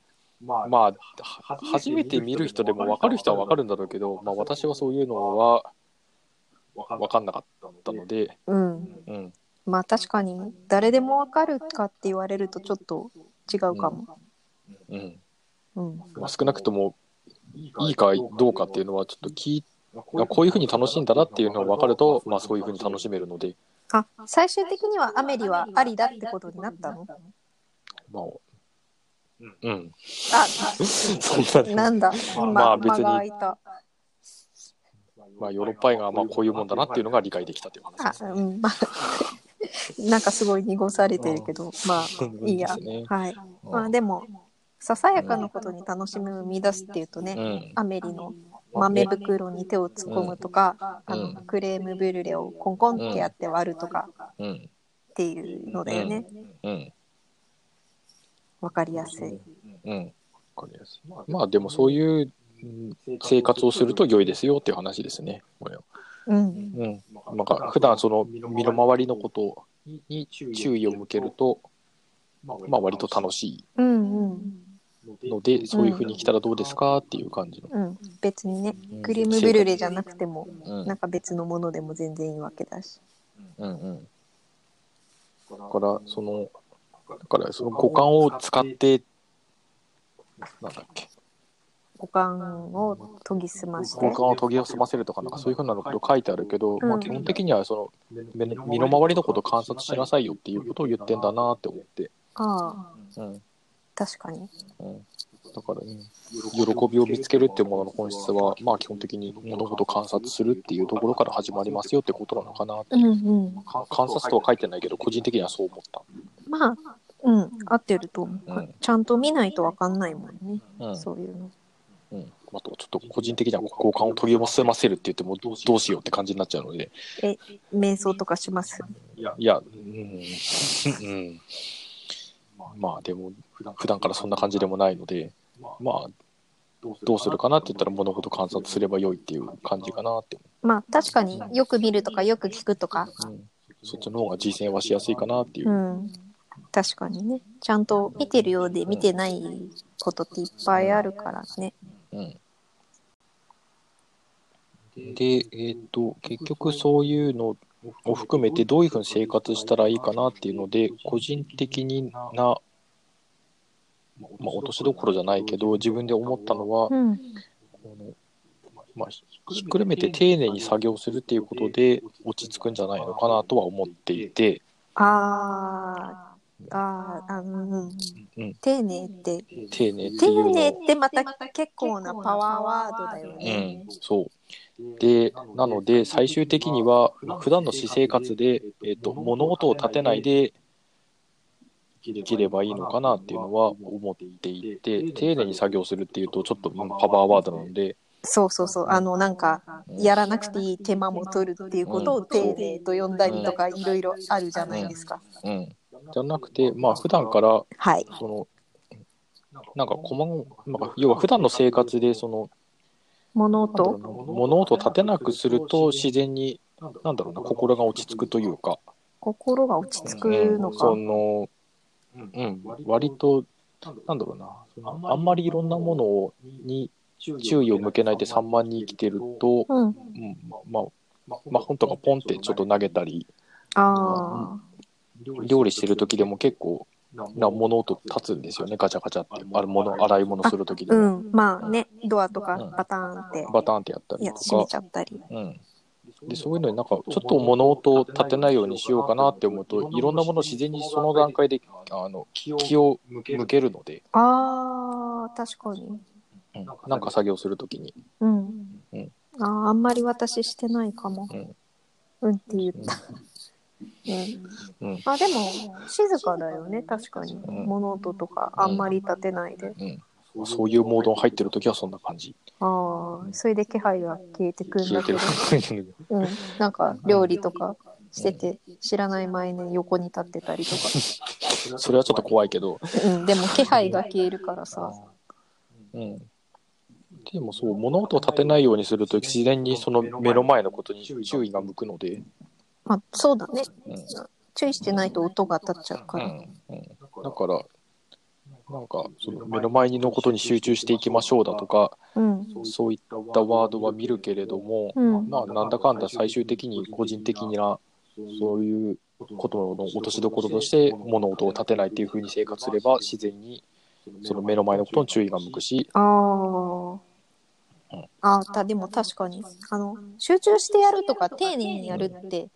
Speaker 5: まあ、
Speaker 3: まあ、は初めて見る人でも分かる人は分かるんだろうけど、まあ、私はそういうのは分
Speaker 5: わか
Speaker 3: か
Speaker 5: ん
Speaker 3: んなかっ
Speaker 5: なかっ
Speaker 3: た
Speaker 5: たの
Speaker 3: の
Speaker 5: で、
Speaker 3: で、
Speaker 2: うん。
Speaker 3: うん、
Speaker 2: まあ、確かに、誰でもわかるかって言われるとちょっと違うかも。
Speaker 3: うん。
Speaker 2: うん。
Speaker 3: まあ、少なくとも、い
Speaker 5: い
Speaker 3: い
Speaker 5: い
Speaker 3: か
Speaker 5: か
Speaker 3: ど
Speaker 5: ど
Speaker 3: う
Speaker 5: う
Speaker 3: か
Speaker 5: か
Speaker 3: っ
Speaker 5: ってて
Speaker 3: い
Speaker 5: いうう
Speaker 3: のは、ちょっと聞い
Speaker 5: のは、
Speaker 3: こ
Speaker 5: こ
Speaker 3: う
Speaker 5: う
Speaker 3: い
Speaker 5: いうう
Speaker 3: ふ
Speaker 5: ふ
Speaker 3: う
Speaker 5: う
Speaker 3: に
Speaker 5: に
Speaker 3: 楽
Speaker 5: 楽
Speaker 3: し
Speaker 5: し
Speaker 3: ん
Speaker 5: ん
Speaker 3: だ
Speaker 5: だ
Speaker 3: な
Speaker 5: な
Speaker 3: っ
Speaker 5: ってて
Speaker 3: い
Speaker 5: いうう
Speaker 3: の
Speaker 5: の
Speaker 3: は分
Speaker 5: は分
Speaker 3: か
Speaker 5: か
Speaker 3: る
Speaker 5: る
Speaker 3: と
Speaker 5: と、、
Speaker 3: ま
Speaker 5: ま
Speaker 3: あ
Speaker 5: あ
Speaker 3: そ
Speaker 5: そうう
Speaker 3: い
Speaker 5: いうう
Speaker 3: ふ
Speaker 5: ふ
Speaker 3: うに
Speaker 5: うに
Speaker 3: 楽
Speaker 5: 楽
Speaker 3: し
Speaker 5: し
Speaker 3: め
Speaker 5: め
Speaker 3: る
Speaker 5: る
Speaker 3: の
Speaker 5: の
Speaker 3: で、
Speaker 5: で、
Speaker 2: あ、最終的にはアメリはありだってことになったの
Speaker 3: まあ、うん。
Speaker 2: あ、
Speaker 3: そんな、
Speaker 2: [LAUGHS] なんだ、今、
Speaker 3: まあ別に
Speaker 2: 間が空いた。
Speaker 3: まあ、ヨーロッパ映画はまあこういうもんだなっていうのが理解できたという話
Speaker 2: あ [LAUGHS]
Speaker 3: です。、
Speaker 2: うん、まあ、なんかすごい濁されてるけど、まあ、いいや
Speaker 3: そうですね。
Speaker 2: はい。まあでも、ささやかなことに楽しみを見出すっていうとね、
Speaker 3: うん。
Speaker 2: アメリの豆袋に手を突っ込むとか、
Speaker 3: うん
Speaker 2: あのクレームブリュレをコンコンってやって割るとか
Speaker 3: うん。
Speaker 2: っていうのだよね。
Speaker 3: うん。
Speaker 2: わかりやすい。
Speaker 3: うん。わかりやすいまあ、でもそういううん生活をすると良いですよっていう話ですね。これは
Speaker 2: うん。
Speaker 3: うん。なんか、普段その身の回りのことに注意を向けると、まあ割と楽し
Speaker 2: うんうん。
Speaker 3: いので、そういうふうに来たらどうですかっていう感じの。
Speaker 2: うん。別にね、
Speaker 3: うん
Speaker 2: クリームブリュレじゃなくても、
Speaker 3: うん
Speaker 2: なんか別のものでも全然いいわけだし。
Speaker 3: うんうん。だから、その、だから、その五感を使って、なんだっけ、
Speaker 2: 五感を研ぎ澄まして
Speaker 3: 五。感を研ぎ澄ませるとか、なんかそういうふうなこと書いてあるけど、
Speaker 2: うん
Speaker 3: まあ基本的には、その、め身の回りのことを観察しなさいよっていうことを言ってんだなって思って、
Speaker 2: ああ、
Speaker 3: うん。
Speaker 2: 確かに。
Speaker 3: うん。だから、ね、喜びを見つけるっていうものの本質は、まあ基本的に物事を観察するっていうところから始まりますよってことなのかなって。
Speaker 2: うんうん。
Speaker 3: 観察とは書いてないけど、個人的にはそう思った。
Speaker 2: まあ、うん、合ってると思う。
Speaker 3: うん
Speaker 2: ちゃんと見ないとわかんないもんね、
Speaker 3: うん。
Speaker 2: そういうの。
Speaker 3: うん、あとちょっと個人的には交換を研ぎ澄ませるって言ってもどうどうしようって感じになっちゃうので
Speaker 2: 瞑想とかします。
Speaker 3: いやうん、うん、まあでも普段からそんな感じでもないのでまあどうするかなって言ったら物事観察すれば良いっていう感じかなって、
Speaker 2: まあ、確かによく見るとかよく聞くとか。
Speaker 3: うん、そっちの方が実践はしやすいかなっていうう、
Speaker 2: ん。確かにね。ちゃんと見てるようで見てないことっていっぱいあるからね。
Speaker 3: うん。で、えっ、と、結局そういうのを含めてどういうふうに生活したらいいかなっていうので、個人的にな、まあ、落としどころじゃないけど、自分で思ったのは、
Speaker 2: うん。
Speaker 3: このまあ、ひひっくるめて丁寧に作業するっていうことで落ち着くんじゃないのかなとは思っていて、
Speaker 2: あーあー、あうんうん
Speaker 3: うん。
Speaker 2: 丁寧って、
Speaker 3: 丁寧ってい
Speaker 2: 丁
Speaker 3: うの
Speaker 2: 寧っ
Speaker 3: を、
Speaker 2: てまた結構なパワーワードだよ
Speaker 3: う
Speaker 2: ね
Speaker 3: ん。、そう。で、なので最終的には普段の私生活で、えっと、物音を立てないで
Speaker 4: で
Speaker 3: できればいいのかなっていうのは思っていて、丁寧に作業するっていうとちょっとうんパワーワードなので、
Speaker 2: そうそうそう。あの、なんか、やらなくていい手間も取るっていうこと
Speaker 3: う
Speaker 2: を
Speaker 3: ん
Speaker 2: 丁寧と呼んだりとかいろいろあるじゃないですか。
Speaker 3: うん。じゃなくて、まあ普段から
Speaker 2: はい。
Speaker 3: その、なんかこまごなんか要は普段の生活でその
Speaker 2: 物
Speaker 3: なんだろう
Speaker 2: 音
Speaker 3: な物音を立てなくすると自然になんだろうな心が落ち着くというか
Speaker 2: 心が落ち着くの
Speaker 3: うん
Speaker 2: か。
Speaker 3: その、うん、割となんだろうなそのあんまりいろんなものをに注意を向けないで散漫に生きてると、
Speaker 2: う
Speaker 3: う
Speaker 2: ん。
Speaker 3: ん、まあまあ本とかポンってちょっと投げたり
Speaker 2: ああ。
Speaker 3: 料理してる時でも結構な物音立つんですよねガチャガチャってあれ物洗い物する時で
Speaker 2: う
Speaker 3: も
Speaker 2: ん。まあね、ドアとかバターンって、
Speaker 3: バタンってやった
Speaker 2: い
Speaker 3: り
Speaker 2: や、
Speaker 3: と
Speaker 2: 閉めち
Speaker 3: か、
Speaker 2: ゃったり。
Speaker 3: うん、でそういうのになんかちょっと物音を立てないようにしようかなって思うといろんなものを自然にその段階であの
Speaker 4: 気
Speaker 3: 気を向けるので、
Speaker 2: ああ、確かに。
Speaker 3: うんなんか作業するときに、
Speaker 2: うん。
Speaker 3: うん
Speaker 2: ああ、あんまり私してないかも。
Speaker 3: うん
Speaker 2: うんって言った。う
Speaker 3: うんん
Speaker 2: あでも静かだよね確かに、
Speaker 3: ん
Speaker 2: 物音とかあんまり立てないで、
Speaker 3: うん、そういうモードに入ってるときはそんな感じ
Speaker 2: ああそれで気配が消えてくん
Speaker 3: 消
Speaker 2: だ
Speaker 3: えて
Speaker 2: け
Speaker 3: る [LAUGHS]
Speaker 2: ど、うん、なんか料理とかしてて知らない前に横に立ってたりとか、
Speaker 3: [LAUGHS] それはちょっと怖いけど、
Speaker 2: うん、でも気配が消えるからさ
Speaker 3: うん、でもそう物音を立てないようにすると自然にその目の前のことに注意が向くので、
Speaker 2: まあそうだね
Speaker 3: うん
Speaker 2: 注意してないと音が立っちゃう
Speaker 3: う
Speaker 2: から、
Speaker 3: んうん、だからなんかその目の前のことに集中していきましょうだとか
Speaker 2: うん
Speaker 3: そういったワードは見るけれども、
Speaker 2: うん
Speaker 3: まあ、なんだかんだ最終的に個人的なそういうことの落としどころとして物音を立てないっていう風に生活すれば自然にその目の前のことに注意が向くし、
Speaker 2: ああ。あーた、でも確かに。あの、集中してやるとか、丁寧にやるって、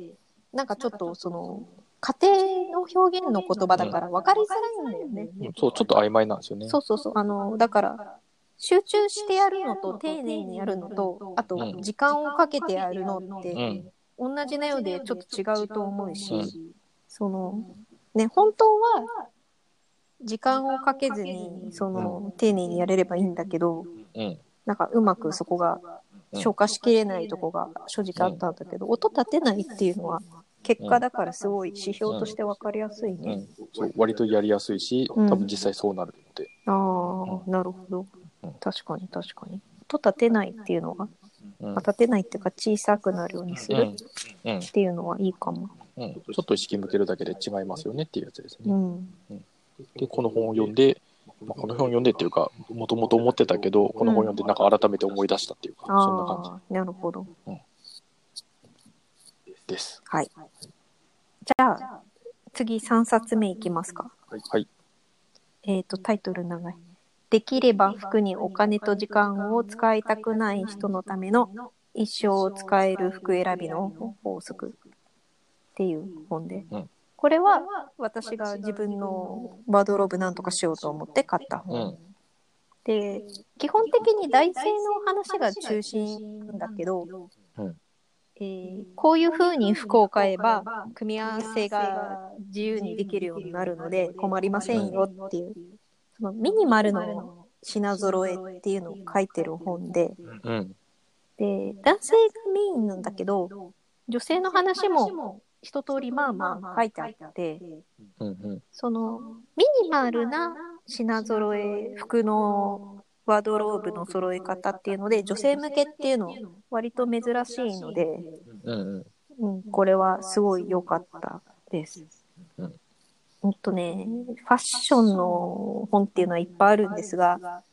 Speaker 2: なんかちょっと、その、家庭の表現の言葉だから分かりづらいんだよね。
Speaker 3: うんそうちょっと曖昧なんですよね。
Speaker 2: そうそうそう。あの、だから、集中してやるのと、丁寧にやるのと、あ
Speaker 3: う
Speaker 2: と、
Speaker 3: ん
Speaker 2: 時間をかけてやるのって、
Speaker 3: うん
Speaker 2: 同じなようでちょっと違うと思うし、
Speaker 3: うん
Speaker 2: そのね本当は時間をかけずにその、丁寧にやれればいいんだけど
Speaker 3: うん
Speaker 2: なんかうまくそこが
Speaker 3: うん
Speaker 2: 消化しきれないとこが正直あったんだけど、音立てないっていうのは結果だからすごい指標として分かりやすい
Speaker 3: うん
Speaker 2: ね。
Speaker 3: そう割とやりやすいし
Speaker 2: うん
Speaker 3: 多分実際そうなるので、
Speaker 2: ああなるほど確かに確かに。音立てないっていうのが、
Speaker 3: うん
Speaker 2: まあ立てないっていうか小さくなるようにする
Speaker 3: うん
Speaker 2: っていうのはいいかも。
Speaker 3: うん、ちょっと意識向けるだけで違いますよねっていうやつです
Speaker 2: う
Speaker 3: ね。
Speaker 2: ん
Speaker 3: でこの本を読んで、まあ、この本を読んでっていうかもともと思ってたけどこの本を読んでなんか改めて思い出したっていうか、そんな感
Speaker 2: ああ、なるほど。
Speaker 3: じです。
Speaker 2: はい。じゃあ、次3冊目いきますか。
Speaker 3: はい、
Speaker 2: えっ、と、タイトル長い。できれば服にお金と時間を使いたくない人のための一生を使える服選びの法則っていう本で。
Speaker 3: うん
Speaker 2: これは私が自分のワードローブなんとかしようと思って買った
Speaker 3: う
Speaker 2: 本。
Speaker 3: ん
Speaker 2: で、基本的に題性の話が中心なんだけど、
Speaker 3: うん
Speaker 2: えーこういうふうに服を買えば組み合わせが自由にできるようになるので困りませんよっていう、そのミニマルの品揃えっていうのを書いてる本で、
Speaker 3: うん
Speaker 2: で、男性がメインなんだけど、女性の話も一通りまあまあ書いてあって、
Speaker 3: うんうん
Speaker 2: そのミニマルな品揃え、服のワードローブの揃え方っていうので、女性向けっていうの割と珍しいので、
Speaker 3: うんうん
Speaker 2: うん、これはすごい良かったです。
Speaker 3: うん
Speaker 2: ほんとね、ファッションの本っていうのはいっぱいあるんですが、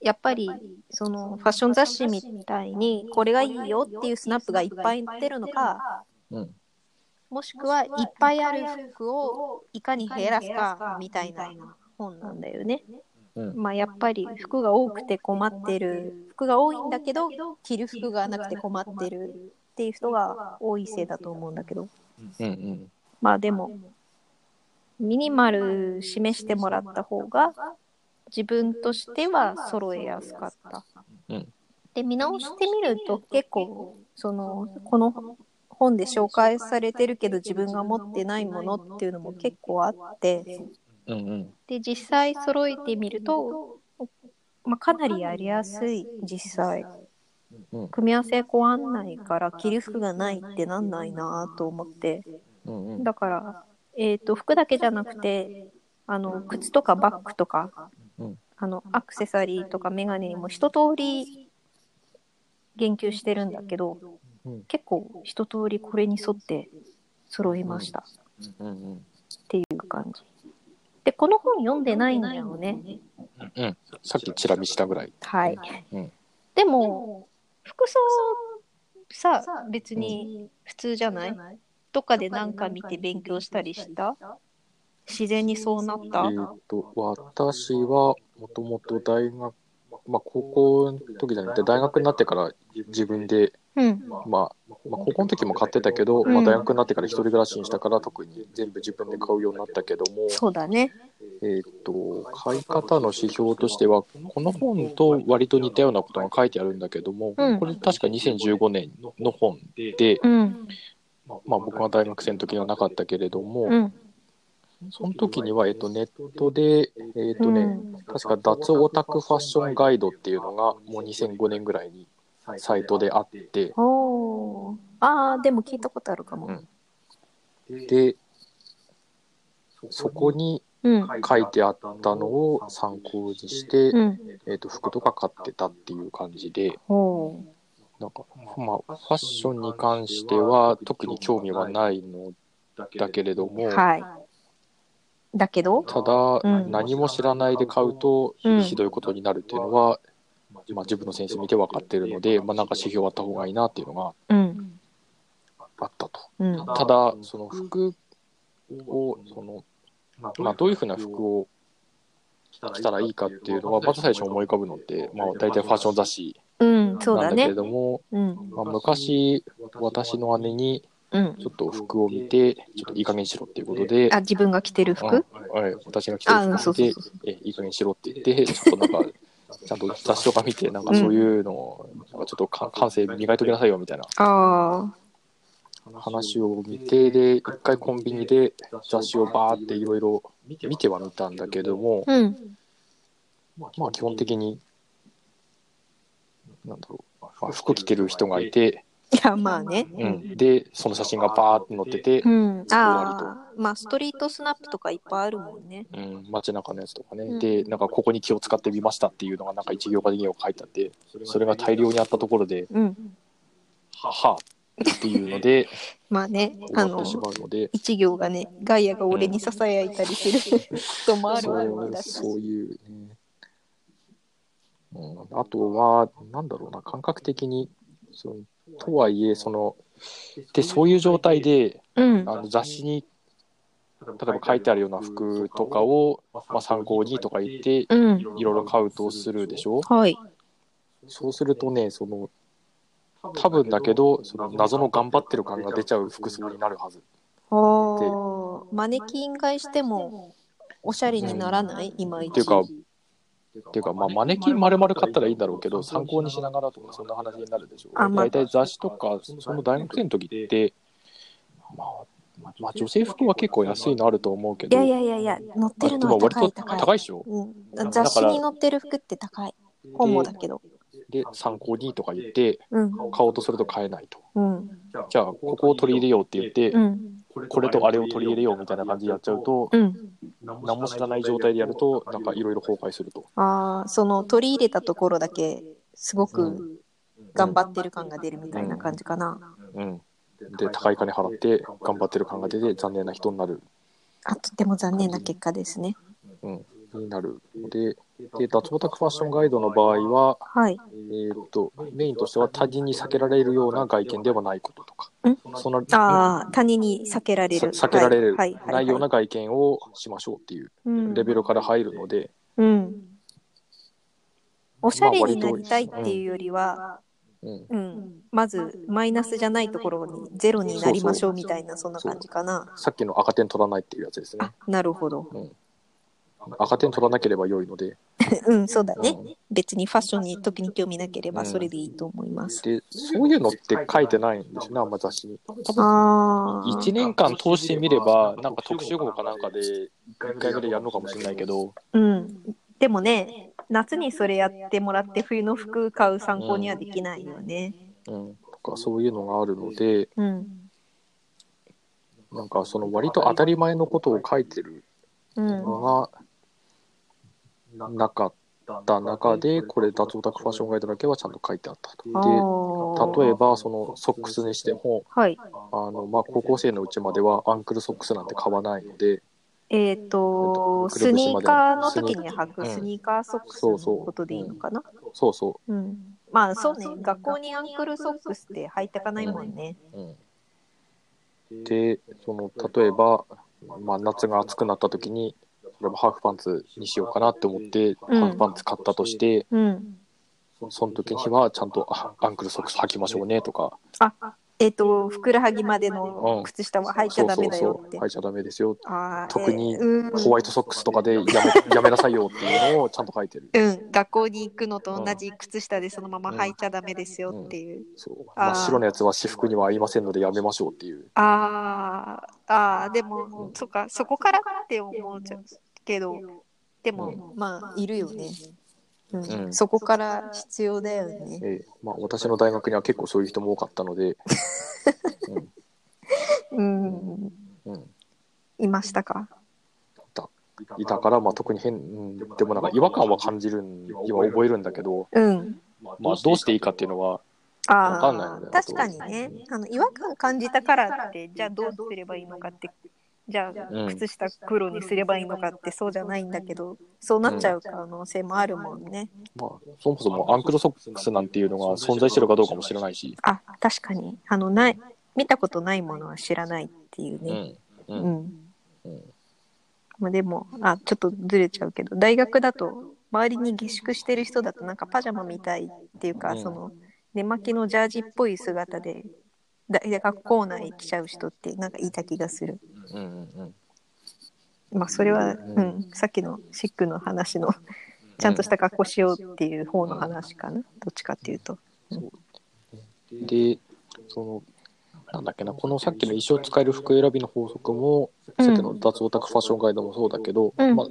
Speaker 2: やっぱりそのファッション雑誌みたいにこれがいいよっていうスナップがいっぱい出るのか、
Speaker 3: うん。
Speaker 2: もしく
Speaker 4: もしく
Speaker 2: は
Speaker 4: はいい
Speaker 2: っぱ
Speaker 4: っぱ
Speaker 2: い
Speaker 4: い
Speaker 2: あ
Speaker 4: あ
Speaker 2: る
Speaker 4: る
Speaker 2: 服
Speaker 4: 服
Speaker 2: を
Speaker 4: を
Speaker 2: いかに
Speaker 4: いかに
Speaker 2: 減
Speaker 4: 減
Speaker 2: らす
Speaker 4: らす
Speaker 2: か
Speaker 4: か
Speaker 2: み
Speaker 4: み
Speaker 2: た
Speaker 4: た
Speaker 2: い
Speaker 4: い
Speaker 2: な
Speaker 4: な
Speaker 2: 本なんだよね。
Speaker 3: うん。
Speaker 2: まあ、やっぱり服が多くて困ってる服が多
Speaker 4: 多
Speaker 2: い
Speaker 4: い
Speaker 2: ん
Speaker 4: ん
Speaker 2: だ
Speaker 4: だ
Speaker 2: け
Speaker 4: け
Speaker 2: ど
Speaker 4: ど
Speaker 2: 着る服
Speaker 4: 服
Speaker 2: が
Speaker 4: が
Speaker 2: な
Speaker 4: な
Speaker 2: く
Speaker 4: く
Speaker 2: て
Speaker 4: て
Speaker 2: 困っ
Speaker 4: 困ってて
Speaker 2: るっ
Speaker 4: る
Speaker 2: ていう人が多いせいだと思うんだけど
Speaker 3: うんうん。
Speaker 2: まあでもミニ
Speaker 4: ミニ
Speaker 2: マ
Speaker 4: マ
Speaker 2: ル
Speaker 4: ル
Speaker 2: 示
Speaker 4: 示
Speaker 2: し
Speaker 4: してて
Speaker 2: も
Speaker 4: も
Speaker 2: ら
Speaker 4: ら
Speaker 2: っ
Speaker 4: ったた
Speaker 2: 方
Speaker 4: 方
Speaker 2: が
Speaker 4: が
Speaker 2: 自分
Speaker 4: 自分
Speaker 2: と
Speaker 4: と
Speaker 2: し
Speaker 4: してて
Speaker 2: は
Speaker 4: は
Speaker 2: 揃
Speaker 4: 揃
Speaker 2: え
Speaker 4: え
Speaker 2: や
Speaker 4: や
Speaker 2: す
Speaker 4: す
Speaker 2: か
Speaker 4: か
Speaker 2: っ
Speaker 4: ったた。
Speaker 2: で見
Speaker 4: 見
Speaker 2: 直
Speaker 4: 直
Speaker 2: し
Speaker 4: してて
Speaker 2: み
Speaker 4: み
Speaker 2: る
Speaker 4: る
Speaker 2: と
Speaker 4: と
Speaker 2: 結
Speaker 4: 結
Speaker 2: 構
Speaker 4: 構
Speaker 2: そ
Speaker 4: あの
Speaker 2: のこ
Speaker 4: こ
Speaker 2: の
Speaker 4: の
Speaker 2: 本
Speaker 4: 本
Speaker 2: で
Speaker 4: で
Speaker 2: 紹
Speaker 4: 紹
Speaker 2: 介
Speaker 4: 介
Speaker 2: さ
Speaker 4: さ
Speaker 2: れ
Speaker 4: れ
Speaker 2: て
Speaker 4: て
Speaker 2: る
Speaker 4: る
Speaker 2: け
Speaker 4: け
Speaker 2: ど
Speaker 4: ど
Speaker 2: 自
Speaker 4: 自
Speaker 2: 分
Speaker 4: 分
Speaker 2: が
Speaker 4: が
Speaker 2: 持
Speaker 4: 持
Speaker 2: っ
Speaker 4: ってて
Speaker 2: な
Speaker 4: ないい
Speaker 2: も
Speaker 4: も
Speaker 2: の
Speaker 4: の
Speaker 2: っ
Speaker 4: ってて
Speaker 2: い
Speaker 4: いうう
Speaker 2: の
Speaker 4: の
Speaker 2: も
Speaker 4: も
Speaker 2: 結
Speaker 4: 結
Speaker 2: 構
Speaker 4: 構
Speaker 2: あ
Speaker 4: あ
Speaker 2: っ
Speaker 4: って
Speaker 2: て
Speaker 3: うんうん。
Speaker 2: で実
Speaker 4: 実
Speaker 2: 際
Speaker 4: 際
Speaker 2: 揃
Speaker 4: 揃
Speaker 2: え
Speaker 4: え
Speaker 2: て
Speaker 4: て
Speaker 2: み
Speaker 4: み
Speaker 2: る
Speaker 4: る
Speaker 2: と、
Speaker 4: と
Speaker 2: まあ、か
Speaker 4: か
Speaker 2: な
Speaker 4: な
Speaker 2: り
Speaker 4: り
Speaker 2: や
Speaker 4: や
Speaker 2: り
Speaker 4: り
Speaker 2: や
Speaker 4: や
Speaker 2: す
Speaker 4: す
Speaker 2: い
Speaker 4: い
Speaker 2: 実
Speaker 4: 実
Speaker 2: 際
Speaker 4: 際
Speaker 3: うん
Speaker 2: 組み合わ
Speaker 4: 組み合
Speaker 2: せ
Speaker 4: わせこ
Speaker 2: こ
Speaker 4: う
Speaker 2: うあ
Speaker 4: あ
Speaker 2: ん
Speaker 4: ん
Speaker 2: な
Speaker 4: ないい
Speaker 2: か
Speaker 4: からら
Speaker 2: 着
Speaker 4: 着
Speaker 2: る
Speaker 4: る
Speaker 2: 服
Speaker 4: 服
Speaker 2: が
Speaker 4: が
Speaker 2: な
Speaker 4: ないい
Speaker 2: っ
Speaker 4: ってて
Speaker 2: な
Speaker 4: なんん
Speaker 2: な
Speaker 4: ないい
Speaker 2: な
Speaker 4: な
Speaker 2: と
Speaker 4: と
Speaker 2: 思
Speaker 4: 思
Speaker 2: っ
Speaker 4: ってて
Speaker 3: うんうん。
Speaker 2: だからえっ、と服だけじゃなくてあ
Speaker 4: あ
Speaker 2: の
Speaker 4: の
Speaker 2: 靴
Speaker 4: 靴
Speaker 2: と
Speaker 4: と
Speaker 2: か
Speaker 4: か
Speaker 2: バッ
Speaker 4: バッ
Speaker 2: グ
Speaker 4: グ
Speaker 2: と
Speaker 4: と
Speaker 2: か
Speaker 4: か
Speaker 2: あのア
Speaker 4: ア
Speaker 2: ク
Speaker 4: ク
Speaker 2: セ
Speaker 4: セ
Speaker 2: サ
Speaker 4: サ
Speaker 2: リ
Speaker 4: リ
Speaker 2: ー
Speaker 4: ー
Speaker 2: と
Speaker 4: と
Speaker 2: か
Speaker 4: か
Speaker 2: メ
Speaker 4: メ
Speaker 2: ガ
Speaker 4: ガ
Speaker 2: ネ
Speaker 4: ネ
Speaker 2: も
Speaker 4: も
Speaker 2: 一
Speaker 4: 一
Speaker 2: 通
Speaker 4: 通
Speaker 2: り
Speaker 4: り
Speaker 2: 言及
Speaker 4: 吸
Speaker 2: し
Speaker 4: してて
Speaker 2: る
Speaker 4: る
Speaker 2: ん
Speaker 4: ん
Speaker 2: だ
Speaker 4: だ
Speaker 2: け
Speaker 4: け
Speaker 2: ど
Speaker 4: ど
Speaker 2: 結構一通りこれに沿って揃いました
Speaker 3: うんうん。
Speaker 2: っていう感じでこの本読ん
Speaker 4: で
Speaker 2: で
Speaker 4: な
Speaker 2: ない
Speaker 4: い
Speaker 2: ん
Speaker 4: ん
Speaker 2: だ
Speaker 4: だ
Speaker 2: よ
Speaker 4: よ
Speaker 2: ね
Speaker 4: ね。
Speaker 3: うん。さっきチラ見したぐらい。
Speaker 2: はい
Speaker 3: うん
Speaker 2: で
Speaker 4: で
Speaker 2: も
Speaker 4: も
Speaker 2: 服装さ
Speaker 4: さ
Speaker 2: 別
Speaker 4: 別
Speaker 2: に
Speaker 4: に
Speaker 2: 普通じ
Speaker 4: じ
Speaker 2: ゃ
Speaker 4: ゃ
Speaker 2: な
Speaker 4: ないい
Speaker 2: どっ
Speaker 4: か
Speaker 2: かで
Speaker 4: で
Speaker 2: 何
Speaker 4: 何
Speaker 2: か
Speaker 4: か
Speaker 2: 見
Speaker 4: 見
Speaker 2: て
Speaker 4: て
Speaker 2: 勉
Speaker 4: 勉
Speaker 2: 強
Speaker 4: 強
Speaker 2: し
Speaker 4: したた
Speaker 2: り
Speaker 4: り
Speaker 2: し
Speaker 4: したた
Speaker 2: 自然にそうなっ
Speaker 3: え
Speaker 2: た
Speaker 4: あ
Speaker 3: ーっと、私はもともと大学、まあ、高校の時じゃなくて、大学になってから自分で、
Speaker 2: うん
Speaker 3: まあ、まあ、高校の時も買ってたけど、
Speaker 2: うん
Speaker 3: まあ、大学になってから一人暮らしにしたから、特に全部自分で買うようになったけども、
Speaker 2: そうだね
Speaker 3: えーっと、買い方の指標としては、この本と割と似たようなことが書いてあるんだけども、
Speaker 2: うん
Speaker 3: これ確か2015年の本で、
Speaker 2: うん
Speaker 3: まあ、僕が大学生の時はなかったけれども、
Speaker 2: うん
Speaker 3: その時には、えっと、ネットで、えっとね、
Speaker 2: うん
Speaker 3: 確か脱オタクファッションガイドっていうのが、もう2005年ぐらいにサイトであって、
Speaker 2: おーあーでも聞いたことあるかも
Speaker 3: で、そこに
Speaker 2: うん
Speaker 3: 書いてあったのを参考にして、
Speaker 2: うん
Speaker 3: えっと、服とか買ってたっていう感じで、
Speaker 2: おー
Speaker 3: なんか、まあ、ファッションに関しては特に興味はないのだけれども、
Speaker 2: はいだけど
Speaker 3: ただ、
Speaker 2: うん
Speaker 3: 何も知らないで買うと
Speaker 2: うん
Speaker 3: ひどいことになるっていうのは、まあ、自分の先生見て分かってるので、まあ、なんか指標あった方がいいなっていうのが
Speaker 2: うん
Speaker 3: あったと。
Speaker 2: うん
Speaker 3: ただ、その服を、その、まあ、どういうふうな服を着たらいいかっていうのは、まず最初思い浮かぶのって、まあ、大体ファッション雑誌
Speaker 2: うんそう
Speaker 3: なん
Speaker 2: だ
Speaker 3: だけ
Speaker 2: ね
Speaker 3: れども、
Speaker 2: うん
Speaker 3: まあ、昔、私の姉に
Speaker 2: うん
Speaker 3: ちょっと服を見て、ちょっといい加減にしろっていうことで、
Speaker 2: あ自分が着て
Speaker 3: う
Speaker 2: る
Speaker 3: ん
Speaker 2: 服
Speaker 3: はい、私が着て
Speaker 2: あ
Speaker 3: る
Speaker 2: うん
Speaker 3: 服
Speaker 2: そ
Speaker 3: を
Speaker 2: うそう
Speaker 3: 見
Speaker 2: そう
Speaker 3: て、えいい加減にしろって言って、ちょっとなんか、ちゃんと雑誌とか見て、なんかそういうのを、なんかちょっとか感性磨いときなさいよみたいな
Speaker 2: あ
Speaker 3: 話を見て、で、一回コンビニで雑誌をバーっていろいろ見ては見たんだけども、
Speaker 2: あうん
Speaker 3: まあ基本的に、なんだろう、まあ、服着てる人がいて、
Speaker 2: いやまあね
Speaker 3: うん、で、その写真がバーって載ってて
Speaker 2: う、ん
Speaker 3: 終わ
Speaker 2: ああまあストリートスナップとかいっぱいあるもんね
Speaker 3: うん、街中のやつとかね、
Speaker 2: うん
Speaker 3: で、なんかここに気を使ってみましたっていうのが、なんか一行か二行書いてあって、それが大量にあったところで、
Speaker 2: うん
Speaker 3: ははっていうので、
Speaker 2: まあねあ
Speaker 3: 終わっ
Speaker 2: の
Speaker 3: てしまうので、
Speaker 2: 一行がねガイアが俺にささやいたりすることもあるわ
Speaker 3: そう
Speaker 2: けだし
Speaker 3: そういうね、うん、あとは、なんだろうな、感覚的に、そうとはいえ、その、で、そういう状態で、
Speaker 2: うん
Speaker 3: あの雑誌に、例えば書いてあるような服とかを、まあ、参考にとか言って、い
Speaker 2: うん
Speaker 3: ろいろ買うとするでしょ
Speaker 2: はい
Speaker 3: そうするとね、その、多分だけど、その謎の頑張ってる感が出ちゃう服装になるはず。
Speaker 2: ああマネ
Speaker 4: マネ
Speaker 2: キ
Speaker 4: キ
Speaker 2: ン
Speaker 4: ン
Speaker 2: 買
Speaker 4: 買
Speaker 2: い
Speaker 4: い
Speaker 2: し
Speaker 4: してて
Speaker 2: も
Speaker 4: も
Speaker 2: おしゃれにならな
Speaker 4: ないい
Speaker 2: 今
Speaker 4: 今
Speaker 2: 一
Speaker 3: って
Speaker 4: 一
Speaker 3: いうかっていうか、まあ、マネキン丸々買ったらいいんだろうけど、参考にしながらとか、そんな話になるでしょ
Speaker 2: あ
Speaker 3: う。
Speaker 2: まあ
Speaker 3: 大体雑誌とか、その大学生の時って、まあ、まあ、女性服は結構安いのあると思うけ
Speaker 2: い
Speaker 3: ど、
Speaker 2: やいやいやいや載ってるの
Speaker 3: ま
Speaker 2: は
Speaker 3: あでも
Speaker 2: 高い
Speaker 3: 割と
Speaker 2: 高い
Speaker 3: 高いでしょ
Speaker 2: うん、雑誌に載ってる服って高い本もだけど
Speaker 3: で、参考にとか言って、
Speaker 2: うん
Speaker 3: 買おうとすると買えないと。
Speaker 2: うん
Speaker 3: じゃあ、ここを取り入れようって言って
Speaker 2: う、ん
Speaker 3: これとあれを取り入れようみたいな感じでやっちゃうと、
Speaker 2: うん
Speaker 3: 何も知らない状態でやると、なんかいろいろ崩壊すると。
Speaker 2: ああその取り入れたところだけすごく頑張ってる感が出るみたいな感じかな、
Speaker 3: うん。で、高い金払って頑張ってる感が出て、残念な人になる。
Speaker 2: あとても残念な結果ですね。
Speaker 3: になるので、で脱毛宅ファッションガイドの場合は、
Speaker 2: はい。
Speaker 3: えーっと、メインとしては他人に避けられるような外見ではないこととか
Speaker 2: ん、
Speaker 3: その
Speaker 2: ああ、他人に避けられる。
Speaker 3: さ避けられる
Speaker 2: はいはいはい
Speaker 3: ないような外見をしましょうっていう
Speaker 2: うん
Speaker 3: レベルから入るので、
Speaker 2: うん。おしゃれになりたいっていうよりは、
Speaker 3: うん、
Speaker 2: うん、まずマイナスじゃないところにゼロになりましょうみたいな、そんな感じかな。
Speaker 3: さっきの赤点取らないっていうやつですね
Speaker 2: あ。、なるほど。
Speaker 3: 赤点取らなければ良いので、
Speaker 2: うん、そうだ
Speaker 3: う
Speaker 2: ね。
Speaker 3: ん
Speaker 2: 別にファッションに特に興味なけれ
Speaker 3: う
Speaker 2: ば
Speaker 3: ん
Speaker 2: それでいいと思います。
Speaker 3: で、そういうのって書いてないんですよね、あんま雑誌に。
Speaker 2: ああ。
Speaker 3: 1年間通してみれば、なんか特集号かなんかで1回ぐらいやるのかもしれないけど、
Speaker 2: うん。でもね、夏にそれやってもらって冬の服買う参考にはできないよね。
Speaker 3: うん、とかそういうのがあるので、
Speaker 2: うん。
Speaker 3: なんかその割と当たり前のことを書いてる
Speaker 2: うん。
Speaker 3: のがなかった中で、これ、脱オタクファッションガイドだけはちゃんと書いてあった
Speaker 2: あ
Speaker 3: と。
Speaker 2: ー
Speaker 3: で、例えば、そのソックスにしても、
Speaker 2: はい。
Speaker 3: あの、まあ、高校生のうちまではアンクルソックスなんて買わないので、
Speaker 2: えっ、と、スニーカーの時に履くスニーカーソックスのことでいいのかな。
Speaker 3: そうそ
Speaker 2: うん。まあそうね、学校にアンクルソックスって履いてかないもんね。
Speaker 3: う。うん、で、その、例えば、まあ、夏が暑くなった時に、例えばハーフパンツにしようかなって思って、
Speaker 2: うん
Speaker 3: ハーフパンツ買ったとして、
Speaker 2: うん。
Speaker 3: その時にはちゃんとあアンクルソックス履きましょうねとか、
Speaker 2: えっ、と、ふくらはぎまでの靴下は履いちゃ
Speaker 3: そう
Speaker 2: ダ
Speaker 3: そ
Speaker 2: メ
Speaker 3: う
Speaker 2: だ
Speaker 3: そ
Speaker 2: よっ
Speaker 3: う、
Speaker 2: て。
Speaker 3: 履いちゃダメですよ。
Speaker 2: あー
Speaker 3: 特に
Speaker 2: えーうん
Speaker 3: ホワイトソックスとかでやめやめなさいよっていうのをちゃんと書いてる。
Speaker 2: うん、学校に行くのと同じ靴下でそのまま履いちゃダメですよっていう。
Speaker 3: そう
Speaker 2: あ
Speaker 3: 真
Speaker 2: ー
Speaker 3: っ白のやつは私服には合いませんのでやめましょうっていう。
Speaker 2: あーあー、でも、そっか、そこからって思っちゃうけど、でも、まあ、いるよね。うん
Speaker 3: うん
Speaker 2: そこから必要だよね。
Speaker 3: ええまあ、私の大学には結構そういう人も多かったので、
Speaker 2: うん、
Speaker 3: うん、
Speaker 2: いましたか。
Speaker 3: いたから、まあ、特に変、うん、でもなんか違和感は感じるん、今覚えるんだけど、
Speaker 2: うん。
Speaker 3: まあ、どうしていいかっていうのは、わかんない
Speaker 2: あ
Speaker 3: よね
Speaker 2: あ、確かにね。あの違和感感じたからって、じゃあどうすればいいのかって、じゃ
Speaker 3: う
Speaker 2: あ
Speaker 3: ん
Speaker 2: 靴下黒にすればいいのかってそうじゃないんだけど、そうなっちゃう可能性もあるもんね。
Speaker 3: まあ、そもそもアンクルソックスなんていうのが存在してるかどうかも知らないし、
Speaker 2: あ、確かに。あの、ない、見たことないものは知らないっていう
Speaker 3: う
Speaker 2: ね。
Speaker 3: ん、
Speaker 2: う
Speaker 3: うん
Speaker 2: ん。
Speaker 3: うん
Speaker 2: まあでも、あ、ちょっとずれちゃうけど、大学だと、周りに下宿してる人だとなんかパジャマみたいっていうか、
Speaker 3: うん
Speaker 2: その、寝巻きのジャージっぽい姿で、だ学校内来ちゃう人ってなんかいた気がする。
Speaker 3: うん、うん、
Speaker 2: まあそれは、う
Speaker 3: うん
Speaker 2: ん、さっきのシックの話の、ちゃんとした格好しようっていう方の話かな。どっちかっていうと。
Speaker 3: うん。で、その、なんだっけな、このさっきの一生使える服選びの法則も、
Speaker 2: うん
Speaker 3: さっきの脱オタクファッションガイドもそうだけど、
Speaker 2: うん
Speaker 3: まあ、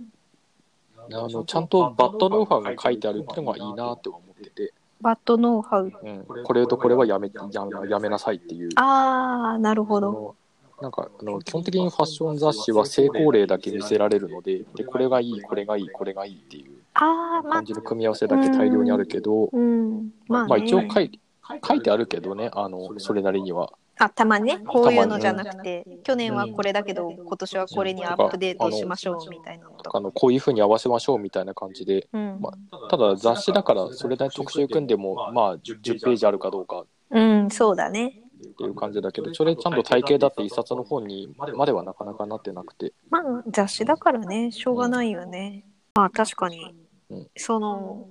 Speaker 3: あのちゃんとバッドノウハウが書いてあるっていうのがいいなって思ってて、
Speaker 2: バットノウハウ。
Speaker 3: うん、これとこれはやめややめなさいっていう。
Speaker 2: ああ、なるほど。
Speaker 3: あのなんかあの基本的にファッション雑誌は成功例だけ見せられるのででこれがいいこれがいいこれがいいっていう
Speaker 2: ああ、まあ
Speaker 3: 感じの組み合わせだけ大量にあるけど、
Speaker 2: うん。まあ、ね、
Speaker 3: まあ、一応書い書いてあるけどねあのそれなりには
Speaker 2: あ、たまにね、こういうのじゃ
Speaker 3: た
Speaker 2: な
Speaker 3: ま
Speaker 2: くて、去年はこれだけど、今年はこれにアップデートしましょうみたいなのと
Speaker 3: あ
Speaker 2: か。
Speaker 3: のこういうふうに合わせましょうみたいな感じで
Speaker 2: うん
Speaker 3: まただ雑誌だからそれなりに特集組んでもまあ 10, 10ページあるかどうか
Speaker 2: うん、そうだね。
Speaker 3: っていう感じだけどそれちゃんと体系だって一冊の本にまではなかなかなってなくて
Speaker 2: まあ、雑誌だからね、しょうがないよね。まあ、確かに
Speaker 3: うん、
Speaker 2: その、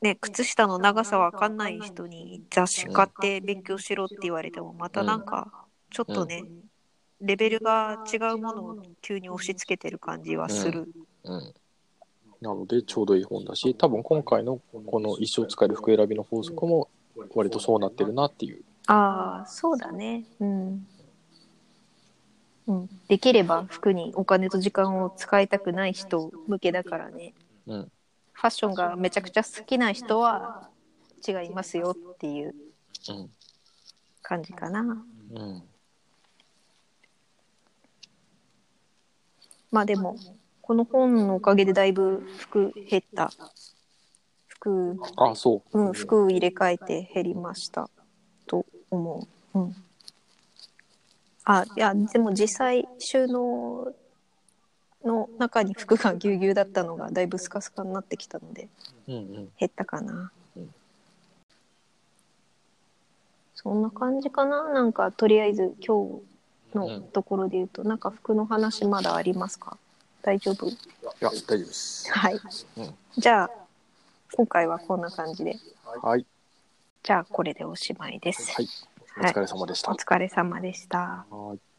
Speaker 2: ね、靴下の長さわかんない人に雑誌買って勉強しろって言われても、またなんか、ちょっとね、レベルが違うものを急に押し付けてる感じはする。
Speaker 3: うん。なので、ちょうどいい本だし、多分今回のこの一生使える服選びの法則も、割とそうなってるなっていう。
Speaker 2: ああ、そうだね。うん。うん、できれば服にお金と時間を使いたくない人向けだからね。
Speaker 3: うん。
Speaker 2: ファッションがめちゃくちゃ好きな人は違いますよっていう
Speaker 3: うん。
Speaker 2: 感じかな。
Speaker 3: うん。
Speaker 2: まあでも、この本のおかげでだいぶ服減った。服、
Speaker 3: あ、そう。
Speaker 2: うん、服を入れ替えて減りましたと思う。うん。あ、いや、でも実際収納中に服がぎゅうぎゅうだったのがだいぶスカスカになってきたので
Speaker 3: うんうん。
Speaker 2: 減ったかな
Speaker 3: うん。
Speaker 2: そんな感じかななんかとりあえず今日
Speaker 3: う
Speaker 2: の
Speaker 3: ん
Speaker 2: ところで言うと、なんか服の話まだありますか大丈
Speaker 3: [LAUGHS]
Speaker 2: 夫
Speaker 3: いや、大丈夫です。
Speaker 2: はい、
Speaker 3: うん
Speaker 2: じゃあ今回はこんな感じで
Speaker 3: はい。
Speaker 2: じゃあこれでおしまいです。
Speaker 3: はい。お疲れ様でした
Speaker 2: お。疲れ様でした。
Speaker 3: はい。